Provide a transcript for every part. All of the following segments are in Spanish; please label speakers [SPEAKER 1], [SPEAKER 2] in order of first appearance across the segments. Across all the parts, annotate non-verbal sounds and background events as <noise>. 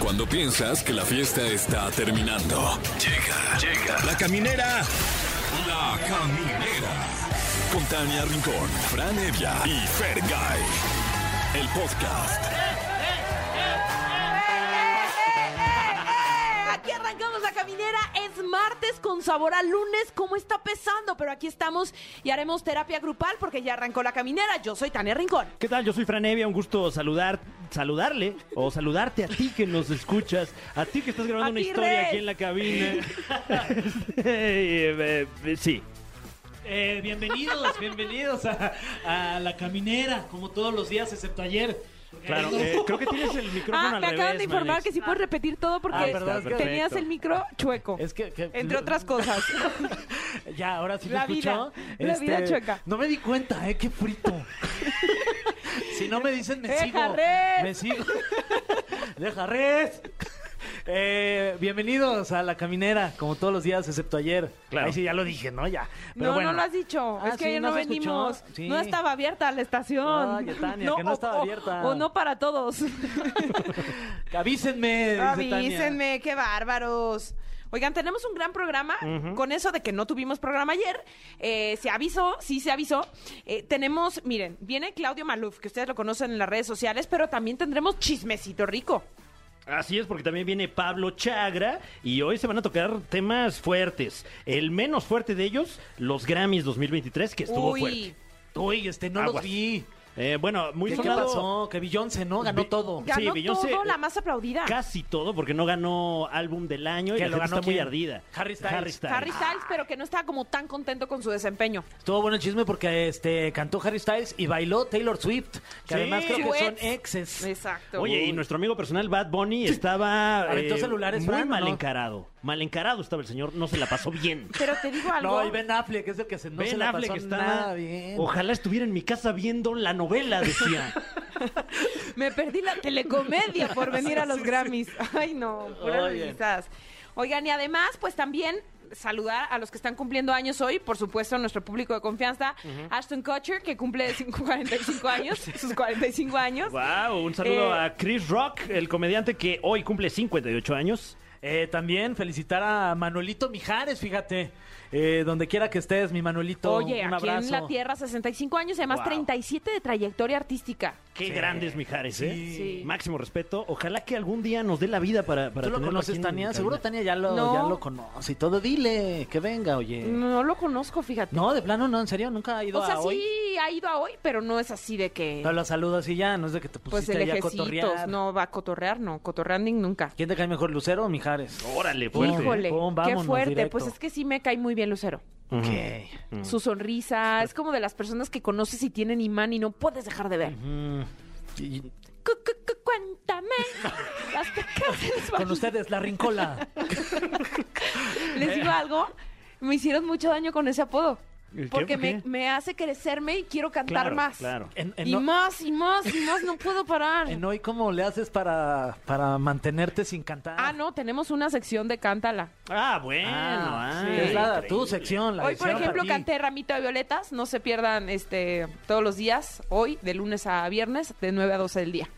[SPEAKER 1] Cuando piensas que la fiesta está terminando. Llega, llega. La caminera. La caminera. Con Tania Rincón, Fran Evia y Fergay. El podcast.
[SPEAKER 2] Aquí arrancamos la caminera. Es martes con sabor a lunes. ¿Cómo está pesando? Pero aquí estamos y haremos terapia grupal porque ya arrancó la caminera. Yo soy Tania Rincón.
[SPEAKER 3] ¿Qué tal? Yo soy Fran Evia, un gusto saludar, saludarle o saludarte a ti que nos escuchas, a ti que estás grabando
[SPEAKER 2] A
[SPEAKER 3] una
[SPEAKER 2] ti,
[SPEAKER 3] historia
[SPEAKER 2] Rey.
[SPEAKER 3] aquí en
[SPEAKER 2] <laughs>
[SPEAKER 3] la cabina. Este, eh, eh, sí.
[SPEAKER 4] Eh, bienvenidos, bienvenidos a, a la caminera, como todos los días, excepto ayer.
[SPEAKER 3] Claro,
[SPEAKER 4] Eh,
[SPEAKER 3] eh, creo que tienes el micrófono
[SPEAKER 2] Ah,
[SPEAKER 3] al
[SPEAKER 2] me acaban
[SPEAKER 3] revés,
[SPEAKER 2] de informar
[SPEAKER 3] Manix.
[SPEAKER 2] que si puedes repetir todo porque
[SPEAKER 3] Ah, perdón, es que-
[SPEAKER 2] tenías
[SPEAKER 3] perfecto.
[SPEAKER 2] el micro chueco.
[SPEAKER 5] Ah. Es que, que-
[SPEAKER 2] Entre
[SPEAKER 5] <laughs>
[SPEAKER 2] otras cosas.
[SPEAKER 5] ya ahora sí
[SPEAKER 2] La
[SPEAKER 5] me escuchó. Este,
[SPEAKER 2] vida, la vida chueca.
[SPEAKER 5] No me di cuenta, eh, qué frito. si no me dicen me
[SPEAKER 2] Deja
[SPEAKER 5] sigo.
[SPEAKER 2] res.
[SPEAKER 5] Me sigo. Deja res. Eh, bienvenidos a la caminera, como todos los días, excepto ayer.
[SPEAKER 3] Claro.
[SPEAKER 5] Ahí sí ya lo dije, ¿no? Ya. Pero
[SPEAKER 2] no,
[SPEAKER 5] bueno.
[SPEAKER 2] no lo has dicho.
[SPEAKER 5] Ah,
[SPEAKER 2] es que
[SPEAKER 5] sí,
[SPEAKER 2] ayer no,
[SPEAKER 5] se escuchó.
[SPEAKER 2] venimos.
[SPEAKER 5] Sí.
[SPEAKER 2] No estaba abierta la estación.
[SPEAKER 5] Ay, Tania, que no estaba
[SPEAKER 2] <laughs> o-
[SPEAKER 5] abierta.
[SPEAKER 2] O, no para
[SPEAKER 5] <laughs>
[SPEAKER 2] todos.
[SPEAKER 5] <laughs> Avísenme. dice Tania.
[SPEAKER 2] Avísenme, qué bárbaros. Oigan, tenemos un gran programa. Con eso de que no tuvimos programa ayer, eh, se avisó, sí se avisó. Eh, tenemos, miren, viene Claudio Maluf, que ustedes lo conocen en las redes sociales, pero también tendremos chismecito rico.
[SPEAKER 3] Así es, porque también viene Pablo Chagra y hoy se van a tocar temas fuertes. El menos fuerte de ellos, los Grammys 2023, que estuvo
[SPEAKER 2] Uy.
[SPEAKER 3] fuerte.
[SPEAKER 5] Uy, este, no
[SPEAKER 3] Aguas.
[SPEAKER 5] los vi.
[SPEAKER 3] Eh, bueno, muy
[SPEAKER 5] ¿Qué, qué
[SPEAKER 3] sonado-
[SPEAKER 5] pasó? Que Beyoncé, ¿no? Ganó
[SPEAKER 3] Vi-
[SPEAKER 5] todo.
[SPEAKER 3] Ya.
[SPEAKER 2] Ganó
[SPEAKER 3] Beyoncé,
[SPEAKER 2] todo,
[SPEAKER 3] eh,
[SPEAKER 2] la más aplaudida.
[SPEAKER 3] Casi todo, porque no ganó álbum del año y
[SPEAKER 5] ¿Que
[SPEAKER 3] la
[SPEAKER 5] lo
[SPEAKER 3] gente
[SPEAKER 5] ganó
[SPEAKER 3] está muy
[SPEAKER 5] quién?
[SPEAKER 3] ardida.
[SPEAKER 5] Harry Styles.
[SPEAKER 2] Harry Styles, pero que no estaba como tan contento con su desempeño.
[SPEAKER 5] Estuvo bueno el chisme porque este cantó Harry Styles y bailó Taylor Swift, que
[SPEAKER 3] Sí.
[SPEAKER 5] además creo que son
[SPEAKER 2] Swift.
[SPEAKER 5] exes.
[SPEAKER 2] Exacto.
[SPEAKER 3] Oye, y nuestro amigo personal Bad Bunny estaba eh,
[SPEAKER 5] Aventó celulares,
[SPEAKER 3] muy
[SPEAKER 5] Fran, ¿o
[SPEAKER 3] mal
[SPEAKER 5] no?
[SPEAKER 3] encarado. Mal encarado estaba el señor, no se la pasó bien.
[SPEAKER 2] Pero te digo algo.
[SPEAKER 5] No, y Ben Affleck es el que se, no
[SPEAKER 3] Ben
[SPEAKER 5] se la
[SPEAKER 3] Affleck
[SPEAKER 5] pasó
[SPEAKER 3] estaba-
[SPEAKER 5] nada bien.
[SPEAKER 3] Ojalá estuviera en mi casa viendo la
[SPEAKER 5] <laughs>
[SPEAKER 3] novela, decía.
[SPEAKER 2] <laughs> Me perdí la telecomedia por venir a los Grammys. Ay, no, puras
[SPEAKER 5] Oye.
[SPEAKER 2] risas. Oigan, y además, pues también saludar a los que están cumpliendo años hoy, por supuesto, a nuestro público de confianza, Ashton Kutcher, que cumple cinco- 45
[SPEAKER 5] <laughs>
[SPEAKER 2] años, sus 45 años.
[SPEAKER 3] wow, un saludo
[SPEAKER 2] Eh,
[SPEAKER 3] a Chris Rock, el comediante que hoy cumple 58 años.
[SPEAKER 5] Eh, también felicitar a Manuelito Mijares, fíjate. Eh, donde quiera que estés, mi Manuelito.
[SPEAKER 2] Oye,
[SPEAKER 5] un
[SPEAKER 2] aquí
[SPEAKER 5] abrazo.
[SPEAKER 2] en la Tierra, 65 años, además
[SPEAKER 3] Wow.
[SPEAKER 2] 37 de trayectoria artística.
[SPEAKER 3] Qué grandes Mijares, ¿eh?
[SPEAKER 2] Sí.
[SPEAKER 3] Máximo respeto. Ojalá que algún día nos dé la vida para, para
[SPEAKER 5] ¿Tú lo
[SPEAKER 3] tenerlo aquí
[SPEAKER 5] conoces,
[SPEAKER 3] en
[SPEAKER 5] Tania?
[SPEAKER 3] cabina.
[SPEAKER 5] Seguro Tania ya lo,
[SPEAKER 2] No.
[SPEAKER 5] ya lo conoce y todo. Dile que venga, oye.
[SPEAKER 2] No lo conozco, fíjate.
[SPEAKER 5] No, de plano, no, en serio, nunca ha ido
[SPEAKER 2] o sea,
[SPEAKER 5] a
[SPEAKER 2] sí
[SPEAKER 5] hoy.
[SPEAKER 2] ha ido a hoy, pero no es así de que...
[SPEAKER 5] No lo saludas y ya, no es de que te
[SPEAKER 2] pues
[SPEAKER 5] pusiste
[SPEAKER 2] el
[SPEAKER 5] ahí a
[SPEAKER 2] ejecitos,
[SPEAKER 5] cotorrear.
[SPEAKER 2] no va a cotorrear, no, cotorreanding nunca.
[SPEAKER 5] ¿Quién te cae mejor, Lucero o Mijares?
[SPEAKER 3] Órale, fuerte. ¿eh?
[SPEAKER 2] Híjole,
[SPEAKER 5] Pum,
[SPEAKER 2] qué
[SPEAKER 5] vámonos,
[SPEAKER 2] fuerte.
[SPEAKER 5] directo.
[SPEAKER 2] Pues es que sí me cae muy bien Lucero.
[SPEAKER 5] Ok.
[SPEAKER 2] Su sonrisa, es como de las personas que conoces y tienen imán y no puedes dejar de ver.
[SPEAKER 5] Mm. Y-
[SPEAKER 2] Cu- cu- cu- Cuéntame. las pecas sensuales.
[SPEAKER 5] Con ustedes, la rincola.
[SPEAKER 2] Les digo algo, me hicieron mucho daño con ese apodo.
[SPEAKER 3] ¿El qué?
[SPEAKER 2] Porque
[SPEAKER 3] ¿Por
[SPEAKER 2] me,
[SPEAKER 3] qué?
[SPEAKER 2] me hace crecerme y quiero cantar
[SPEAKER 3] Claro,
[SPEAKER 2] más.
[SPEAKER 3] claro.
[SPEAKER 5] En, en
[SPEAKER 2] y
[SPEAKER 5] ho-
[SPEAKER 2] más, y más, y más, no puedo parar.
[SPEAKER 5] <laughs> en hoy, ¿cómo le haces para, para mantenerte sin cantar?
[SPEAKER 2] Ah, no, tenemos una sección de cántala.
[SPEAKER 3] Ah, bueno.
[SPEAKER 5] Ah,
[SPEAKER 3] ah,
[SPEAKER 5] sí. es la, tu
[SPEAKER 3] increíble.
[SPEAKER 5] sección. La
[SPEAKER 2] Hoy, por
[SPEAKER 5] hicieron
[SPEAKER 2] ejemplo,
[SPEAKER 5] para ti.
[SPEAKER 2] canté Ramito de Violetas. No se pierdan este todos los días, hoy, de lunes a viernes, de 9 a 12 del día.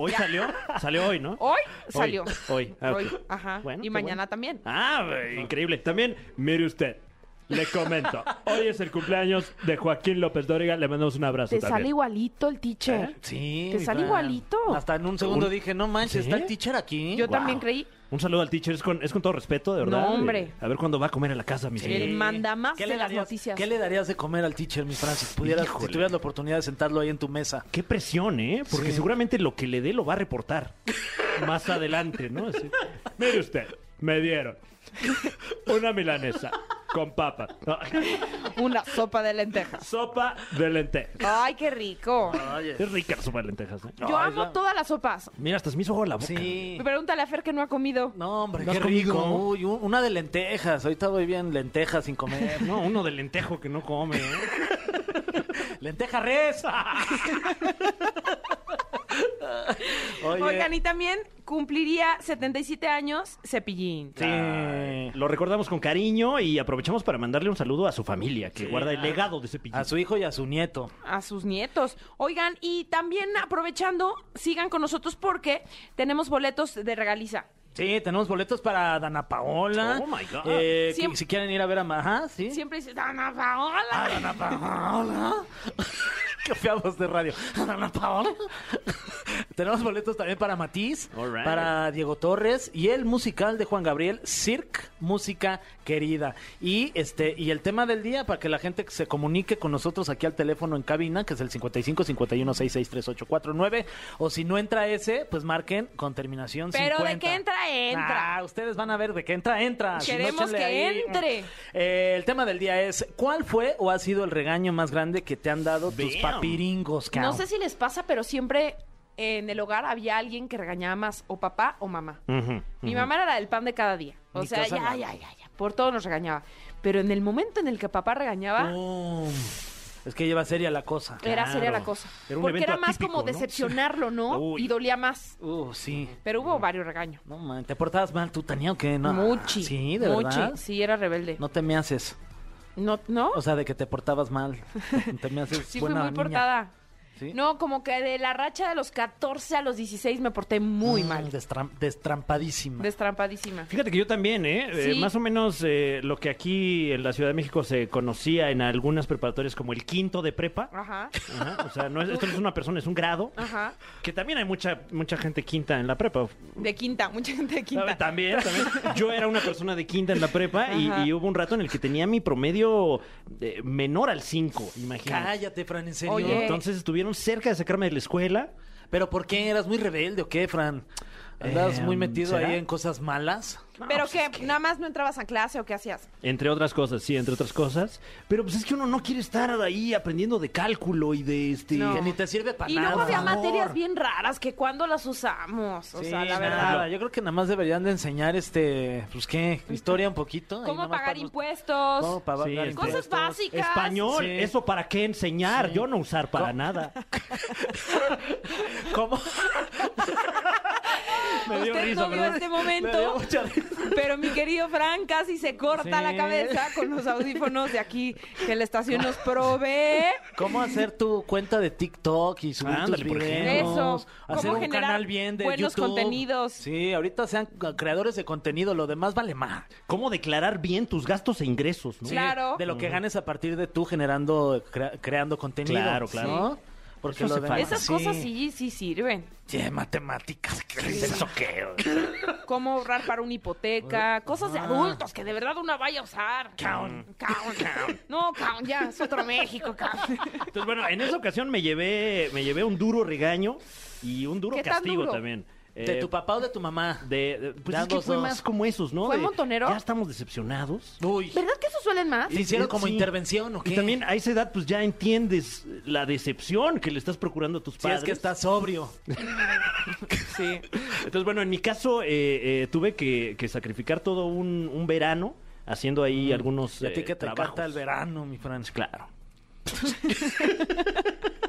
[SPEAKER 3] Hoy salió, salió hoy, ¿no?
[SPEAKER 2] Hoy salió.
[SPEAKER 3] Hoy, ah, ok.
[SPEAKER 2] Hoy, ajá.
[SPEAKER 3] Bueno,
[SPEAKER 2] y
[SPEAKER 3] qué
[SPEAKER 2] mañana
[SPEAKER 3] bueno.
[SPEAKER 2] también.
[SPEAKER 3] Ah, eh, increíble. También, mire usted, le comento. Hoy es el cumpleaños de Joaquín López Dóriga. Le mandamos un abrazo
[SPEAKER 2] Te
[SPEAKER 3] también.
[SPEAKER 2] sale igualito el
[SPEAKER 3] ¿Eh?
[SPEAKER 2] teacher.
[SPEAKER 5] Sí.
[SPEAKER 2] Te
[SPEAKER 5] mi
[SPEAKER 2] sale
[SPEAKER 5] Fran.
[SPEAKER 2] igualito.
[SPEAKER 5] Hasta en un segundo
[SPEAKER 3] Un-
[SPEAKER 5] dije, no manches,
[SPEAKER 3] ¿Sí?
[SPEAKER 5] ¿está el teacher aquí?
[SPEAKER 2] Yo
[SPEAKER 3] Wow.
[SPEAKER 2] también creí.
[SPEAKER 3] Un saludo al teacher. Es con, es con todo respeto, de verdad.
[SPEAKER 2] No, hombre.
[SPEAKER 3] A ver cuándo va a comer a la casa, mi señor.
[SPEAKER 2] El manda más
[SPEAKER 5] ¿Qué
[SPEAKER 2] de
[SPEAKER 5] le
[SPEAKER 2] las
[SPEAKER 5] darías-
[SPEAKER 2] noticias.
[SPEAKER 5] ¿Qué le darías de comer al teacher, mi Fran, si, pudieras, si
[SPEAKER 3] Híjole.
[SPEAKER 5] tuvieras la oportunidad de sentarlo ahí en tu mesa?
[SPEAKER 3] Qué presión, ¿eh? Porque
[SPEAKER 5] Sí.
[SPEAKER 3] seguramente lo que le dé lo va a reportar <laughs> más adelante, ¿no? Así. Mire usted, me dieron una milanesa con papa, <laughs> No,
[SPEAKER 2] Una sopa de lentejas.
[SPEAKER 3] sopa de lentejas.
[SPEAKER 2] Ay, qué rico.
[SPEAKER 3] Es rica la sopa de lentejas, ¿eh?
[SPEAKER 2] Yo
[SPEAKER 5] Ay,
[SPEAKER 2] amo
[SPEAKER 5] ya.
[SPEAKER 2] todas las sopas.
[SPEAKER 3] Mira, hasta se me hizo agua la boca.
[SPEAKER 5] Sí.
[SPEAKER 2] Pregúntale a Fer que no ha comido.
[SPEAKER 5] No, hombre,
[SPEAKER 3] ¿No has
[SPEAKER 5] qué rico.
[SPEAKER 3] comido?
[SPEAKER 5] Uy, un- una de lentejas. Ahorita voy bien lentejas sin
[SPEAKER 3] <laughs>
[SPEAKER 5] comer.
[SPEAKER 3] <laughs> No, uno de lentejo que no come, ¿eh? <laughs>
[SPEAKER 5] ¡Lenteja res! Oye.
[SPEAKER 2] Oigan, y también cumpliría 77 años Cepillín.
[SPEAKER 3] Sí. Lo recordamos con cariño y aprovechamos para mandarle un saludo a su familia, que guarda el legado de ese
[SPEAKER 5] A su hijo y a su nieto.
[SPEAKER 2] a sus nietos. Oigan, y también aprovechando, sigan con nosotros porque tenemos boletos de regaliza.
[SPEAKER 5] Sí, tenemos boletos para Dana Paola.
[SPEAKER 3] Oh, my God.
[SPEAKER 5] Eh, que-
[SPEAKER 2] Siem-
[SPEAKER 5] si quieren ir a ver a Maja, sí. Ah,
[SPEAKER 2] Siempre dice Dana Paola.
[SPEAKER 5] A Dana Paola. <laughs> Qué fea voz de radio. A Dana Paola. <laughs> tenemos boletos también para Matiz,
[SPEAKER 3] All right.
[SPEAKER 5] para Diego Torres y el musical de Juan Gabriel, Cirque, música querida. Y este y el tema del día para que la gente se comunique con nosotros aquí al teléfono en cabina, que es el 55 51 66 3849 o si no entra ese, pues marquen con terminación
[SPEAKER 2] Pero
[SPEAKER 5] 50.
[SPEAKER 2] de que entra, entra.
[SPEAKER 5] Ah, ustedes van a ver de que entra, entra. Si no,
[SPEAKER 2] Queremos
[SPEAKER 5] échenle
[SPEAKER 2] que
[SPEAKER 5] ahí.
[SPEAKER 2] entre.
[SPEAKER 5] Eh, el tema del día es, ¿cuál fue o ha sido el regaño más grande que te han dado tus
[SPEAKER 3] Damn.
[SPEAKER 5] papiringos, cabrón?
[SPEAKER 2] No sé si les pasa, pero siempre en el hogar había alguien que regañaba más, o papá o mamá. Mi mamá era la del pan de cada día. O
[SPEAKER 5] Mi
[SPEAKER 2] sea,
[SPEAKER 5] casa
[SPEAKER 2] ya,
[SPEAKER 5] no.
[SPEAKER 2] ya, ya, ya. Por todo nos regañaba. Pero en el momento en el que papá regañaba,
[SPEAKER 5] Um, es que lleva seria la cosa.
[SPEAKER 2] era
[SPEAKER 3] claro.
[SPEAKER 2] seria la cosa.
[SPEAKER 3] Era un
[SPEAKER 2] Porque
[SPEAKER 3] evento
[SPEAKER 2] era más
[SPEAKER 3] atípico,
[SPEAKER 2] como
[SPEAKER 3] ¿no?
[SPEAKER 2] decepcionarlo, ¿no?
[SPEAKER 3] Uy.
[SPEAKER 2] Y dolía más.
[SPEAKER 5] Uh, sí.
[SPEAKER 2] Pero hubo varios regaños.
[SPEAKER 5] No, man, ¿te portabas mal tú, Tania, o qué? No.
[SPEAKER 2] Muchi.
[SPEAKER 5] Sí, ¿de
[SPEAKER 2] Muchi.
[SPEAKER 5] verdad?
[SPEAKER 2] Sí, era rebelde.
[SPEAKER 5] No te me haces.
[SPEAKER 2] No, ¿no?
[SPEAKER 5] O sea, de que te portabas mal. <laughs> Te me
[SPEAKER 2] <laughs>
[SPEAKER 5] haces
[SPEAKER 2] sí, fui
[SPEAKER 5] buena
[SPEAKER 2] muy
[SPEAKER 5] niña.
[SPEAKER 2] portada.
[SPEAKER 5] ¿Sí?
[SPEAKER 2] No, como que de la racha de los 14 a los 16 me porté muy
[SPEAKER 5] Mm,
[SPEAKER 2] mal.
[SPEAKER 5] destram- destrampadísima.
[SPEAKER 2] Destrampadísima.
[SPEAKER 3] Fíjate que yo también, ¿eh? Eh,
[SPEAKER 2] Sí.
[SPEAKER 3] más o menos eh, lo que aquí en la Ciudad de México se conocía en algunas preparatorias como el quinto de prepa.
[SPEAKER 2] Ajá,
[SPEAKER 3] Ajá, O sea, no es, esto no es una persona, es un grado.
[SPEAKER 2] ajá.
[SPEAKER 3] Que también hay mucha mucha gente quinta en la prepa.
[SPEAKER 2] De quinta, mucha gente de quinta.
[SPEAKER 3] También, también. Yo era una persona de quinta en la prepa y,
[SPEAKER 2] Ajá.
[SPEAKER 3] y hubo un rato en el que tenía mi promedio eh, menor al 5, imagínate.
[SPEAKER 5] Cállate, Fran, en serio.
[SPEAKER 2] Oye.
[SPEAKER 3] Entonces estuvieron cerca de sacarme de la escuela.
[SPEAKER 5] ¿Pero por qué? ¿Eras muy rebelde o qué, Fran? ¿Andabas
[SPEAKER 3] Eh,
[SPEAKER 5] muy metido
[SPEAKER 3] ¿será?
[SPEAKER 5] ahí en cosas malas?
[SPEAKER 2] Pero que nada más no entrabas a clase o qué hacías.
[SPEAKER 3] Entre otras cosas, sí, entre otras cosas. Pero pues es que uno no quiere estar ahí aprendiendo de cálculo y de este...
[SPEAKER 2] No.
[SPEAKER 5] Que ni te sirve para
[SPEAKER 2] Y
[SPEAKER 5] nada.
[SPEAKER 2] luego había
[SPEAKER 5] por favor.
[SPEAKER 2] materias bien raras que cuando las usamos. O
[SPEAKER 5] Sí,
[SPEAKER 2] sea, la verdad.
[SPEAKER 5] nada. Yo creo que nada más deberían de enseñar, este, pues qué, historia un poquito. ahí
[SPEAKER 2] ¿Cómo
[SPEAKER 5] nada más
[SPEAKER 2] pagar
[SPEAKER 5] para-
[SPEAKER 2] impuestos?
[SPEAKER 5] ¿Cómo pagar
[SPEAKER 3] Sí, este-
[SPEAKER 2] Cosas
[SPEAKER 5] impuestos?
[SPEAKER 2] básicas.
[SPEAKER 3] Español,
[SPEAKER 5] Sí.
[SPEAKER 3] eso para qué enseñar,
[SPEAKER 5] Sí.
[SPEAKER 3] yo no usar para nada.
[SPEAKER 2] <laughs>
[SPEAKER 5] ¿Cómo?
[SPEAKER 3] Me dio
[SPEAKER 2] Usted
[SPEAKER 3] risa,
[SPEAKER 2] no vio
[SPEAKER 3] perdón.
[SPEAKER 2] este
[SPEAKER 5] Me dio
[SPEAKER 2] momento,
[SPEAKER 5] <laughs> mucha risa.
[SPEAKER 2] pero mi querido Fran casi se corta
[SPEAKER 5] Sí.
[SPEAKER 2] la cabeza con los audífonos de aquí que la estación nos provee.
[SPEAKER 5] ¿Cómo hacer tu cuenta de TikTok y subir
[SPEAKER 3] Ándale,
[SPEAKER 5] tus
[SPEAKER 3] por
[SPEAKER 5] videos?
[SPEAKER 2] ejemplo. Eso.
[SPEAKER 5] Hacer
[SPEAKER 2] ¿Cómo
[SPEAKER 5] un
[SPEAKER 2] generar
[SPEAKER 5] canal bien de
[SPEAKER 2] buenos
[SPEAKER 5] YouTube.
[SPEAKER 2] contenidos?
[SPEAKER 5] Sí, ahorita sean creadores de contenido, lo demás vale más.
[SPEAKER 3] ¿Cómo declarar bien tus gastos e ingresos? ¿no?
[SPEAKER 5] Sí,
[SPEAKER 2] Claro.
[SPEAKER 5] De lo que ganes a partir de tú generando, crea- creando contenido.
[SPEAKER 3] Claro, claro.
[SPEAKER 5] ¿no? Porque
[SPEAKER 3] Eso
[SPEAKER 5] lo
[SPEAKER 3] hace
[SPEAKER 5] demás-
[SPEAKER 3] falta.
[SPEAKER 2] Esas cosas sí, sí sirven.
[SPEAKER 5] Sí, matemáticas. ¿qué es eso?
[SPEAKER 3] ¿Eso qué?
[SPEAKER 2] Cómo ahorrar para una hipoteca, cosas de adultos que de verdad una vaya a usar.
[SPEAKER 3] Caón.
[SPEAKER 2] Caón. No, caón, ya, es otro México, caón.
[SPEAKER 3] Entonces, bueno, en esa ocasión me llevé, me llevé un duro regaño y un duro
[SPEAKER 2] ¿Qué tan
[SPEAKER 3] castigo
[SPEAKER 2] duro?
[SPEAKER 3] también.
[SPEAKER 5] ¿De
[SPEAKER 3] Eh,
[SPEAKER 5] tu papá o de tu mamá?
[SPEAKER 3] de- de- pues
[SPEAKER 5] De
[SPEAKER 3] es que
[SPEAKER 5] ambos
[SPEAKER 3] fue
[SPEAKER 5] dos.
[SPEAKER 3] más como esos, ¿no?
[SPEAKER 2] ¿Fue
[SPEAKER 3] De,
[SPEAKER 2] montonero?
[SPEAKER 3] Ya estamos decepcionados.
[SPEAKER 5] Uy.
[SPEAKER 2] ¿Verdad que eso suelen más?
[SPEAKER 5] ¿Se hicieron como
[SPEAKER 3] Sí.
[SPEAKER 5] intervención o qué?
[SPEAKER 3] Y también a esa edad, pues ya entiendes la decepción que le estás procurando a tus
[SPEAKER 5] Si
[SPEAKER 3] padres.
[SPEAKER 5] es que estás sobrio.
[SPEAKER 2] Sí.
[SPEAKER 3] Entonces, bueno, en mi caso, eh, eh, tuve que, que sacrificar todo un, un verano haciendo ahí algunos.
[SPEAKER 5] Mm. Y a ti
[SPEAKER 3] eh,
[SPEAKER 5] que te
[SPEAKER 3] trabajos.
[SPEAKER 5] encanta el verano, mi Franz. Claro.
[SPEAKER 2] <coughs>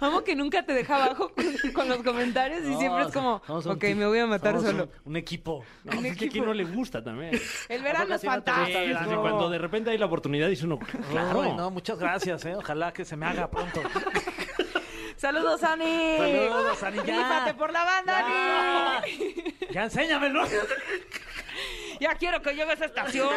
[SPEAKER 2] Amo que nunca te deja abajo con, con los comentarios y siempre es como, ok, me voy a matar solo.
[SPEAKER 5] Un, un equipo.
[SPEAKER 3] No, pues es que aquí no le gusta también.
[SPEAKER 2] El verano
[SPEAKER 5] ¿A poco a
[SPEAKER 2] es
[SPEAKER 5] ti no te gusta el
[SPEAKER 3] Eh,
[SPEAKER 5] verano?
[SPEAKER 2] fantástico.
[SPEAKER 3] cuando de repente hay la oportunidad, dice uno, claro.
[SPEAKER 5] Ay, no, muchas gracias, eh. Ojalá que se me haga pronto.
[SPEAKER 2] <laughs> Saludos, Ani.
[SPEAKER 5] Saludos, Ani, ya.
[SPEAKER 2] Rífate por la banda,
[SPEAKER 5] Ya.
[SPEAKER 2] Ani.
[SPEAKER 5] ya enséñamelo.
[SPEAKER 2] Ya quiero que llegue a esa estación.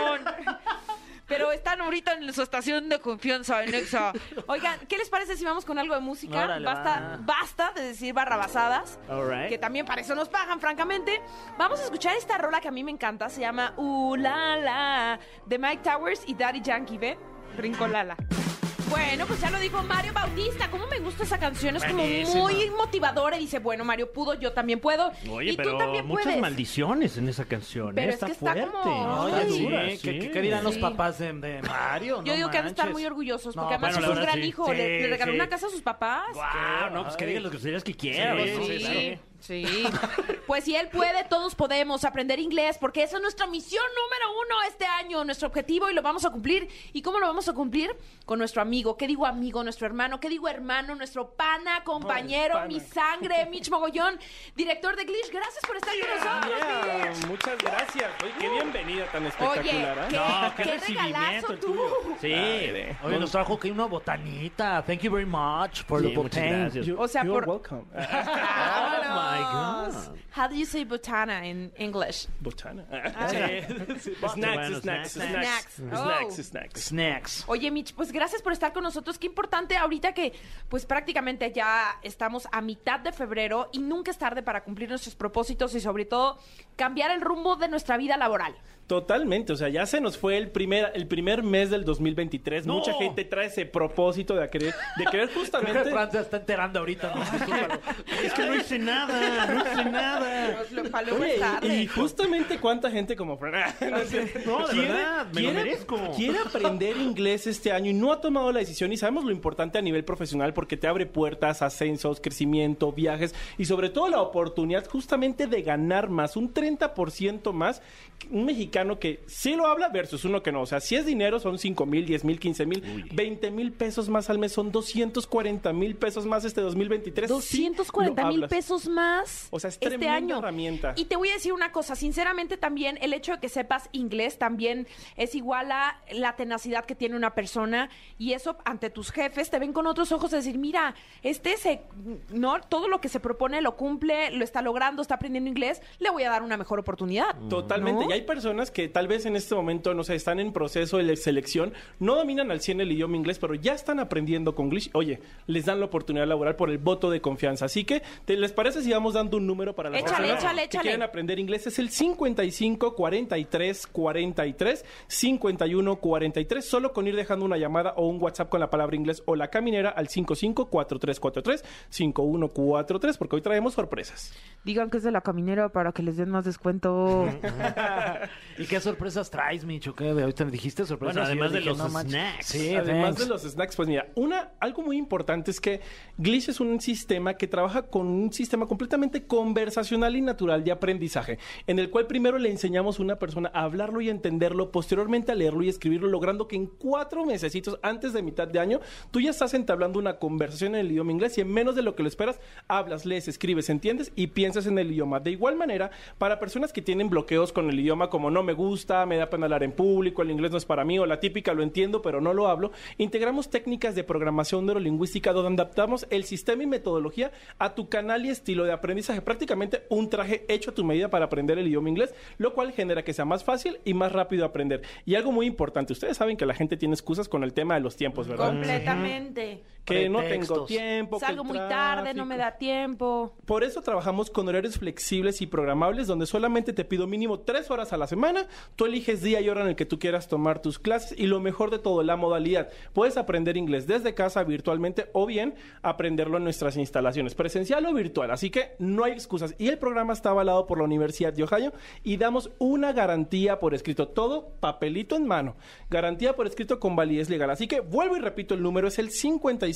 [SPEAKER 2] Pero están ahorita en su estación de confianza, en Exa. Oigan, ¿qué les parece si vamos con algo de música?
[SPEAKER 5] Órale,
[SPEAKER 2] basta,
[SPEAKER 5] va.
[SPEAKER 2] basta de decir barrabasadas,
[SPEAKER 3] All right.
[SPEAKER 2] que también para eso nos pagan, francamente. Vamos a escuchar esta rola que a mí me encanta, se llama Uh La La, de Mike Towers y Daddy Yankee, ¿ven? Rincolala. Bueno, pues ya lo dijo Mario Bautista. ¿Cómo me gusta esa canción? Es
[SPEAKER 5] Buenísima.
[SPEAKER 2] como muy motivadora y dice, bueno, Mario pudo, yo también puedo.
[SPEAKER 3] Oye,
[SPEAKER 2] y tú
[SPEAKER 3] pero
[SPEAKER 2] también
[SPEAKER 3] muchas
[SPEAKER 2] puedes.
[SPEAKER 3] maldiciones en esa canción. ¿eh?
[SPEAKER 2] Pero es
[SPEAKER 3] está
[SPEAKER 2] que está
[SPEAKER 3] fuerte.
[SPEAKER 2] como-
[SPEAKER 3] está
[SPEAKER 5] Oye,
[SPEAKER 2] Ay,
[SPEAKER 5] sí,
[SPEAKER 3] dura,
[SPEAKER 5] ¿qué-
[SPEAKER 3] sí.
[SPEAKER 5] ¿Qué, qué dirán los
[SPEAKER 2] Sí.
[SPEAKER 5] papás de, de Mario?
[SPEAKER 2] Yo
[SPEAKER 5] No
[SPEAKER 2] digo que han de estar
[SPEAKER 5] manches.
[SPEAKER 2] muy orgullosos
[SPEAKER 5] No,
[SPEAKER 2] porque además fue
[SPEAKER 3] bueno, la
[SPEAKER 2] un
[SPEAKER 3] verdad,
[SPEAKER 2] gran
[SPEAKER 3] sí.
[SPEAKER 2] hijo. le,
[SPEAKER 5] Sí,
[SPEAKER 2] le regaló
[SPEAKER 5] sí.
[SPEAKER 2] una casa a sus papás.
[SPEAKER 3] Guau, no, pues que
[SPEAKER 5] Ay.
[SPEAKER 3] digan las groserías que quieran.
[SPEAKER 5] Sí, sí,
[SPEAKER 3] claro.
[SPEAKER 5] sí.
[SPEAKER 2] Sí. Pues si él puede, todos podemos aprender inglés, porque esa es nuestra misión número uno este año, nuestro objetivo y lo vamos a cumplir. ¿Y cómo lo vamos a cumplir? Con nuestro amigo. ¿Qué digo amigo? Nuestro hermano. ¿Qué digo hermano? Nuestro pana, compañero, mi sangre, Mitch Mogollón, director de Glitch. Gracias por estar con nosotros,
[SPEAKER 6] Yeah,
[SPEAKER 2] Mitch.
[SPEAKER 6] muchas gracias. Oye, qué bienvenida tan
[SPEAKER 2] Oye,
[SPEAKER 6] espectacular.
[SPEAKER 2] qué,
[SPEAKER 6] ¿ah?
[SPEAKER 4] qué
[SPEAKER 2] qué
[SPEAKER 4] recibimiento
[SPEAKER 2] regalazo
[SPEAKER 4] el
[SPEAKER 2] tú.
[SPEAKER 5] Sí.
[SPEAKER 3] este.
[SPEAKER 6] Padre.
[SPEAKER 5] Oye, nos trajo que una botanita. Thank you very much for
[SPEAKER 3] Sí,
[SPEAKER 5] the
[SPEAKER 3] muchas
[SPEAKER 5] botan.
[SPEAKER 3] gracias.
[SPEAKER 2] O sea,
[SPEAKER 6] You're
[SPEAKER 2] por... <laughs>
[SPEAKER 6] welcome.
[SPEAKER 5] Oh, my
[SPEAKER 2] Vámonos.
[SPEAKER 5] God.
[SPEAKER 2] How do you say botana in English?
[SPEAKER 6] Botana.
[SPEAKER 5] eh,
[SPEAKER 3] bueno,
[SPEAKER 6] Eh, Snacks, snacks, snacks.
[SPEAKER 2] Snacks. Oh.
[SPEAKER 6] Snacks, snacks.
[SPEAKER 5] Snacks.
[SPEAKER 2] Oye, Mitch, pues gracias por estar con nosotros. Qué importante ahorita que pues prácticamente ya estamos a mitad de febrero y nunca es tarde para cumplir nuestros propósitos y sobre todo cambiar el rumbo de nuestra vida laboral.
[SPEAKER 6] Totalmente, o sea, ya se nos fue el primer, el primer mes del 2023. Mucha gente trae ese propósito de querer, de querer
[SPEAKER 5] Creo que
[SPEAKER 6] justamente.
[SPEAKER 5] Fran se está enterando ahorita. ¿no? <laughs> Discúlpalo.
[SPEAKER 3] Es que no hice nada, no hice nada.
[SPEAKER 2] Pues, lo- pa' luego
[SPEAKER 6] Oye,
[SPEAKER 2] es
[SPEAKER 6] y,
[SPEAKER 2] tarde.
[SPEAKER 6] y justamente cuánta gente como Fran- <laughs> no, sé,
[SPEAKER 3] No, de verdad, me lo merezco.
[SPEAKER 6] quiere aprender inglés este año y no ha tomado la decisión y sabemos lo importante a nivel profesional porque te abre puertas, ascensos, crecimiento, viajes y sobre todo la oportunidad justamente de ganar más, un 30% más que un mexicano que sí lo habla versus uno que no. O sea, si es dinero son 5 mil, 10 mil, 15 mil, 20 mil pesos más al mes, son 240 mil pesos más este 2023. sí lo
[SPEAKER 2] 240 mil
[SPEAKER 6] hablas.
[SPEAKER 2] pesos más
[SPEAKER 6] O sea, es
[SPEAKER 2] este
[SPEAKER 6] tremenda
[SPEAKER 2] año.
[SPEAKER 6] herramienta.
[SPEAKER 2] Y te voy a decir una cosa, sinceramente también el hecho de que sepas inglés también es igual a la tenacidad que tiene una persona y eso ante tus jefes te ven con otros ojos a decir, mira, este se, no, todo lo que se propone lo cumple, lo está logrando, está aprendiendo inglés, le voy a dar una mejor oportunidad.
[SPEAKER 6] Totalmente.
[SPEAKER 2] ¿No?
[SPEAKER 6] Y hay personas que tal vez en este momento, no sé, están en proceso de selección, no dominan al 100 el idioma inglés, pero ya están aprendiendo con English. Oye, les dan la oportunidad laboral por el voto de confianza. Así que, ¿te les parece si vamos dando un número para las
[SPEAKER 2] Échale,
[SPEAKER 6] personas
[SPEAKER 2] échale,
[SPEAKER 6] que
[SPEAKER 2] échale.
[SPEAKER 6] quieren aprender inglés? Es el 55 43 43 51 43. Solo con ir dejando una llamada o un WhatsApp con la palabra inglés o la caminera al 55 43 43 51 43, porque hoy traemos sorpresas.
[SPEAKER 2] Digan que es de la caminera para que les den más descuento.
[SPEAKER 5] ¿Y qué sorpresas traes, Micho? ¿Qué de ahorita me dijiste sorpresas?
[SPEAKER 3] Bueno,
[SPEAKER 5] Y yo
[SPEAKER 3] además de
[SPEAKER 5] dije,
[SPEAKER 3] los
[SPEAKER 5] no manches.
[SPEAKER 3] snacks.
[SPEAKER 5] Sí,
[SPEAKER 6] Además
[SPEAKER 5] thanks.
[SPEAKER 6] de los snacks, pues mira, una, algo muy importante es que Glitch es un sistema que trabaja con un sistema completamente conversacional y natural de aprendizaje, en el cual primero le enseñamos a una persona a hablarlo y entenderlo, posteriormente a leerlo y escribirlo, logrando que en cuatro mesecitos antes de mitad de año, tú ya estás entablando una conversación en el idioma inglés y en menos de lo que lo esperas, hablas, lees, escribes, entiendes y piensas en el idioma. De igual manera, para personas que tienen bloqueos con el idioma como no me gusta, me da pena hablar en público, el inglés no es para mí o la típica lo entiendo pero no lo hablo, integramos técnicas de programación neurolingüística donde adaptamos el sistema y metodología a tu canal y estilo de aprendizaje, prácticamente un traje hecho a tu medida para aprender el idioma inglés, lo cual genera que sea más fácil y más rápido aprender. Y algo muy importante, ustedes saben que la gente tiene excusas con el tema de los tiempos, ¿verdad?
[SPEAKER 2] <laughs> Completamente.
[SPEAKER 6] Que no tengo
[SPEAKER 5] Pretextos.
[SPEAKER 6] tiempo. que el
[SPEAKER 2] Salgo muy tarde, no
[SPEAKER 6] tráfico.
[SPEAKER 2] me da tiempo.
[SPEAKER 6] Por eso trabajamos con horarios flexibles y programables donde solamente te pido mínimo tres horas a la semana. Tú eliges día y hora en el que tú quieras tomar tus clases y lo mejor de todo, la modalidad. Puedes aprender inglés desde casa virtualmente o bien aprenderlo en nuestras instalaciones, presencial o virtual. Así que no hay excusas. Y el programa está avalado por la Universidad de Ohio y damos una garantía por escrito. Todo papelito en mano. Garantía por escrito con validez legal. Así que vuelvo y repito el número. Es el 55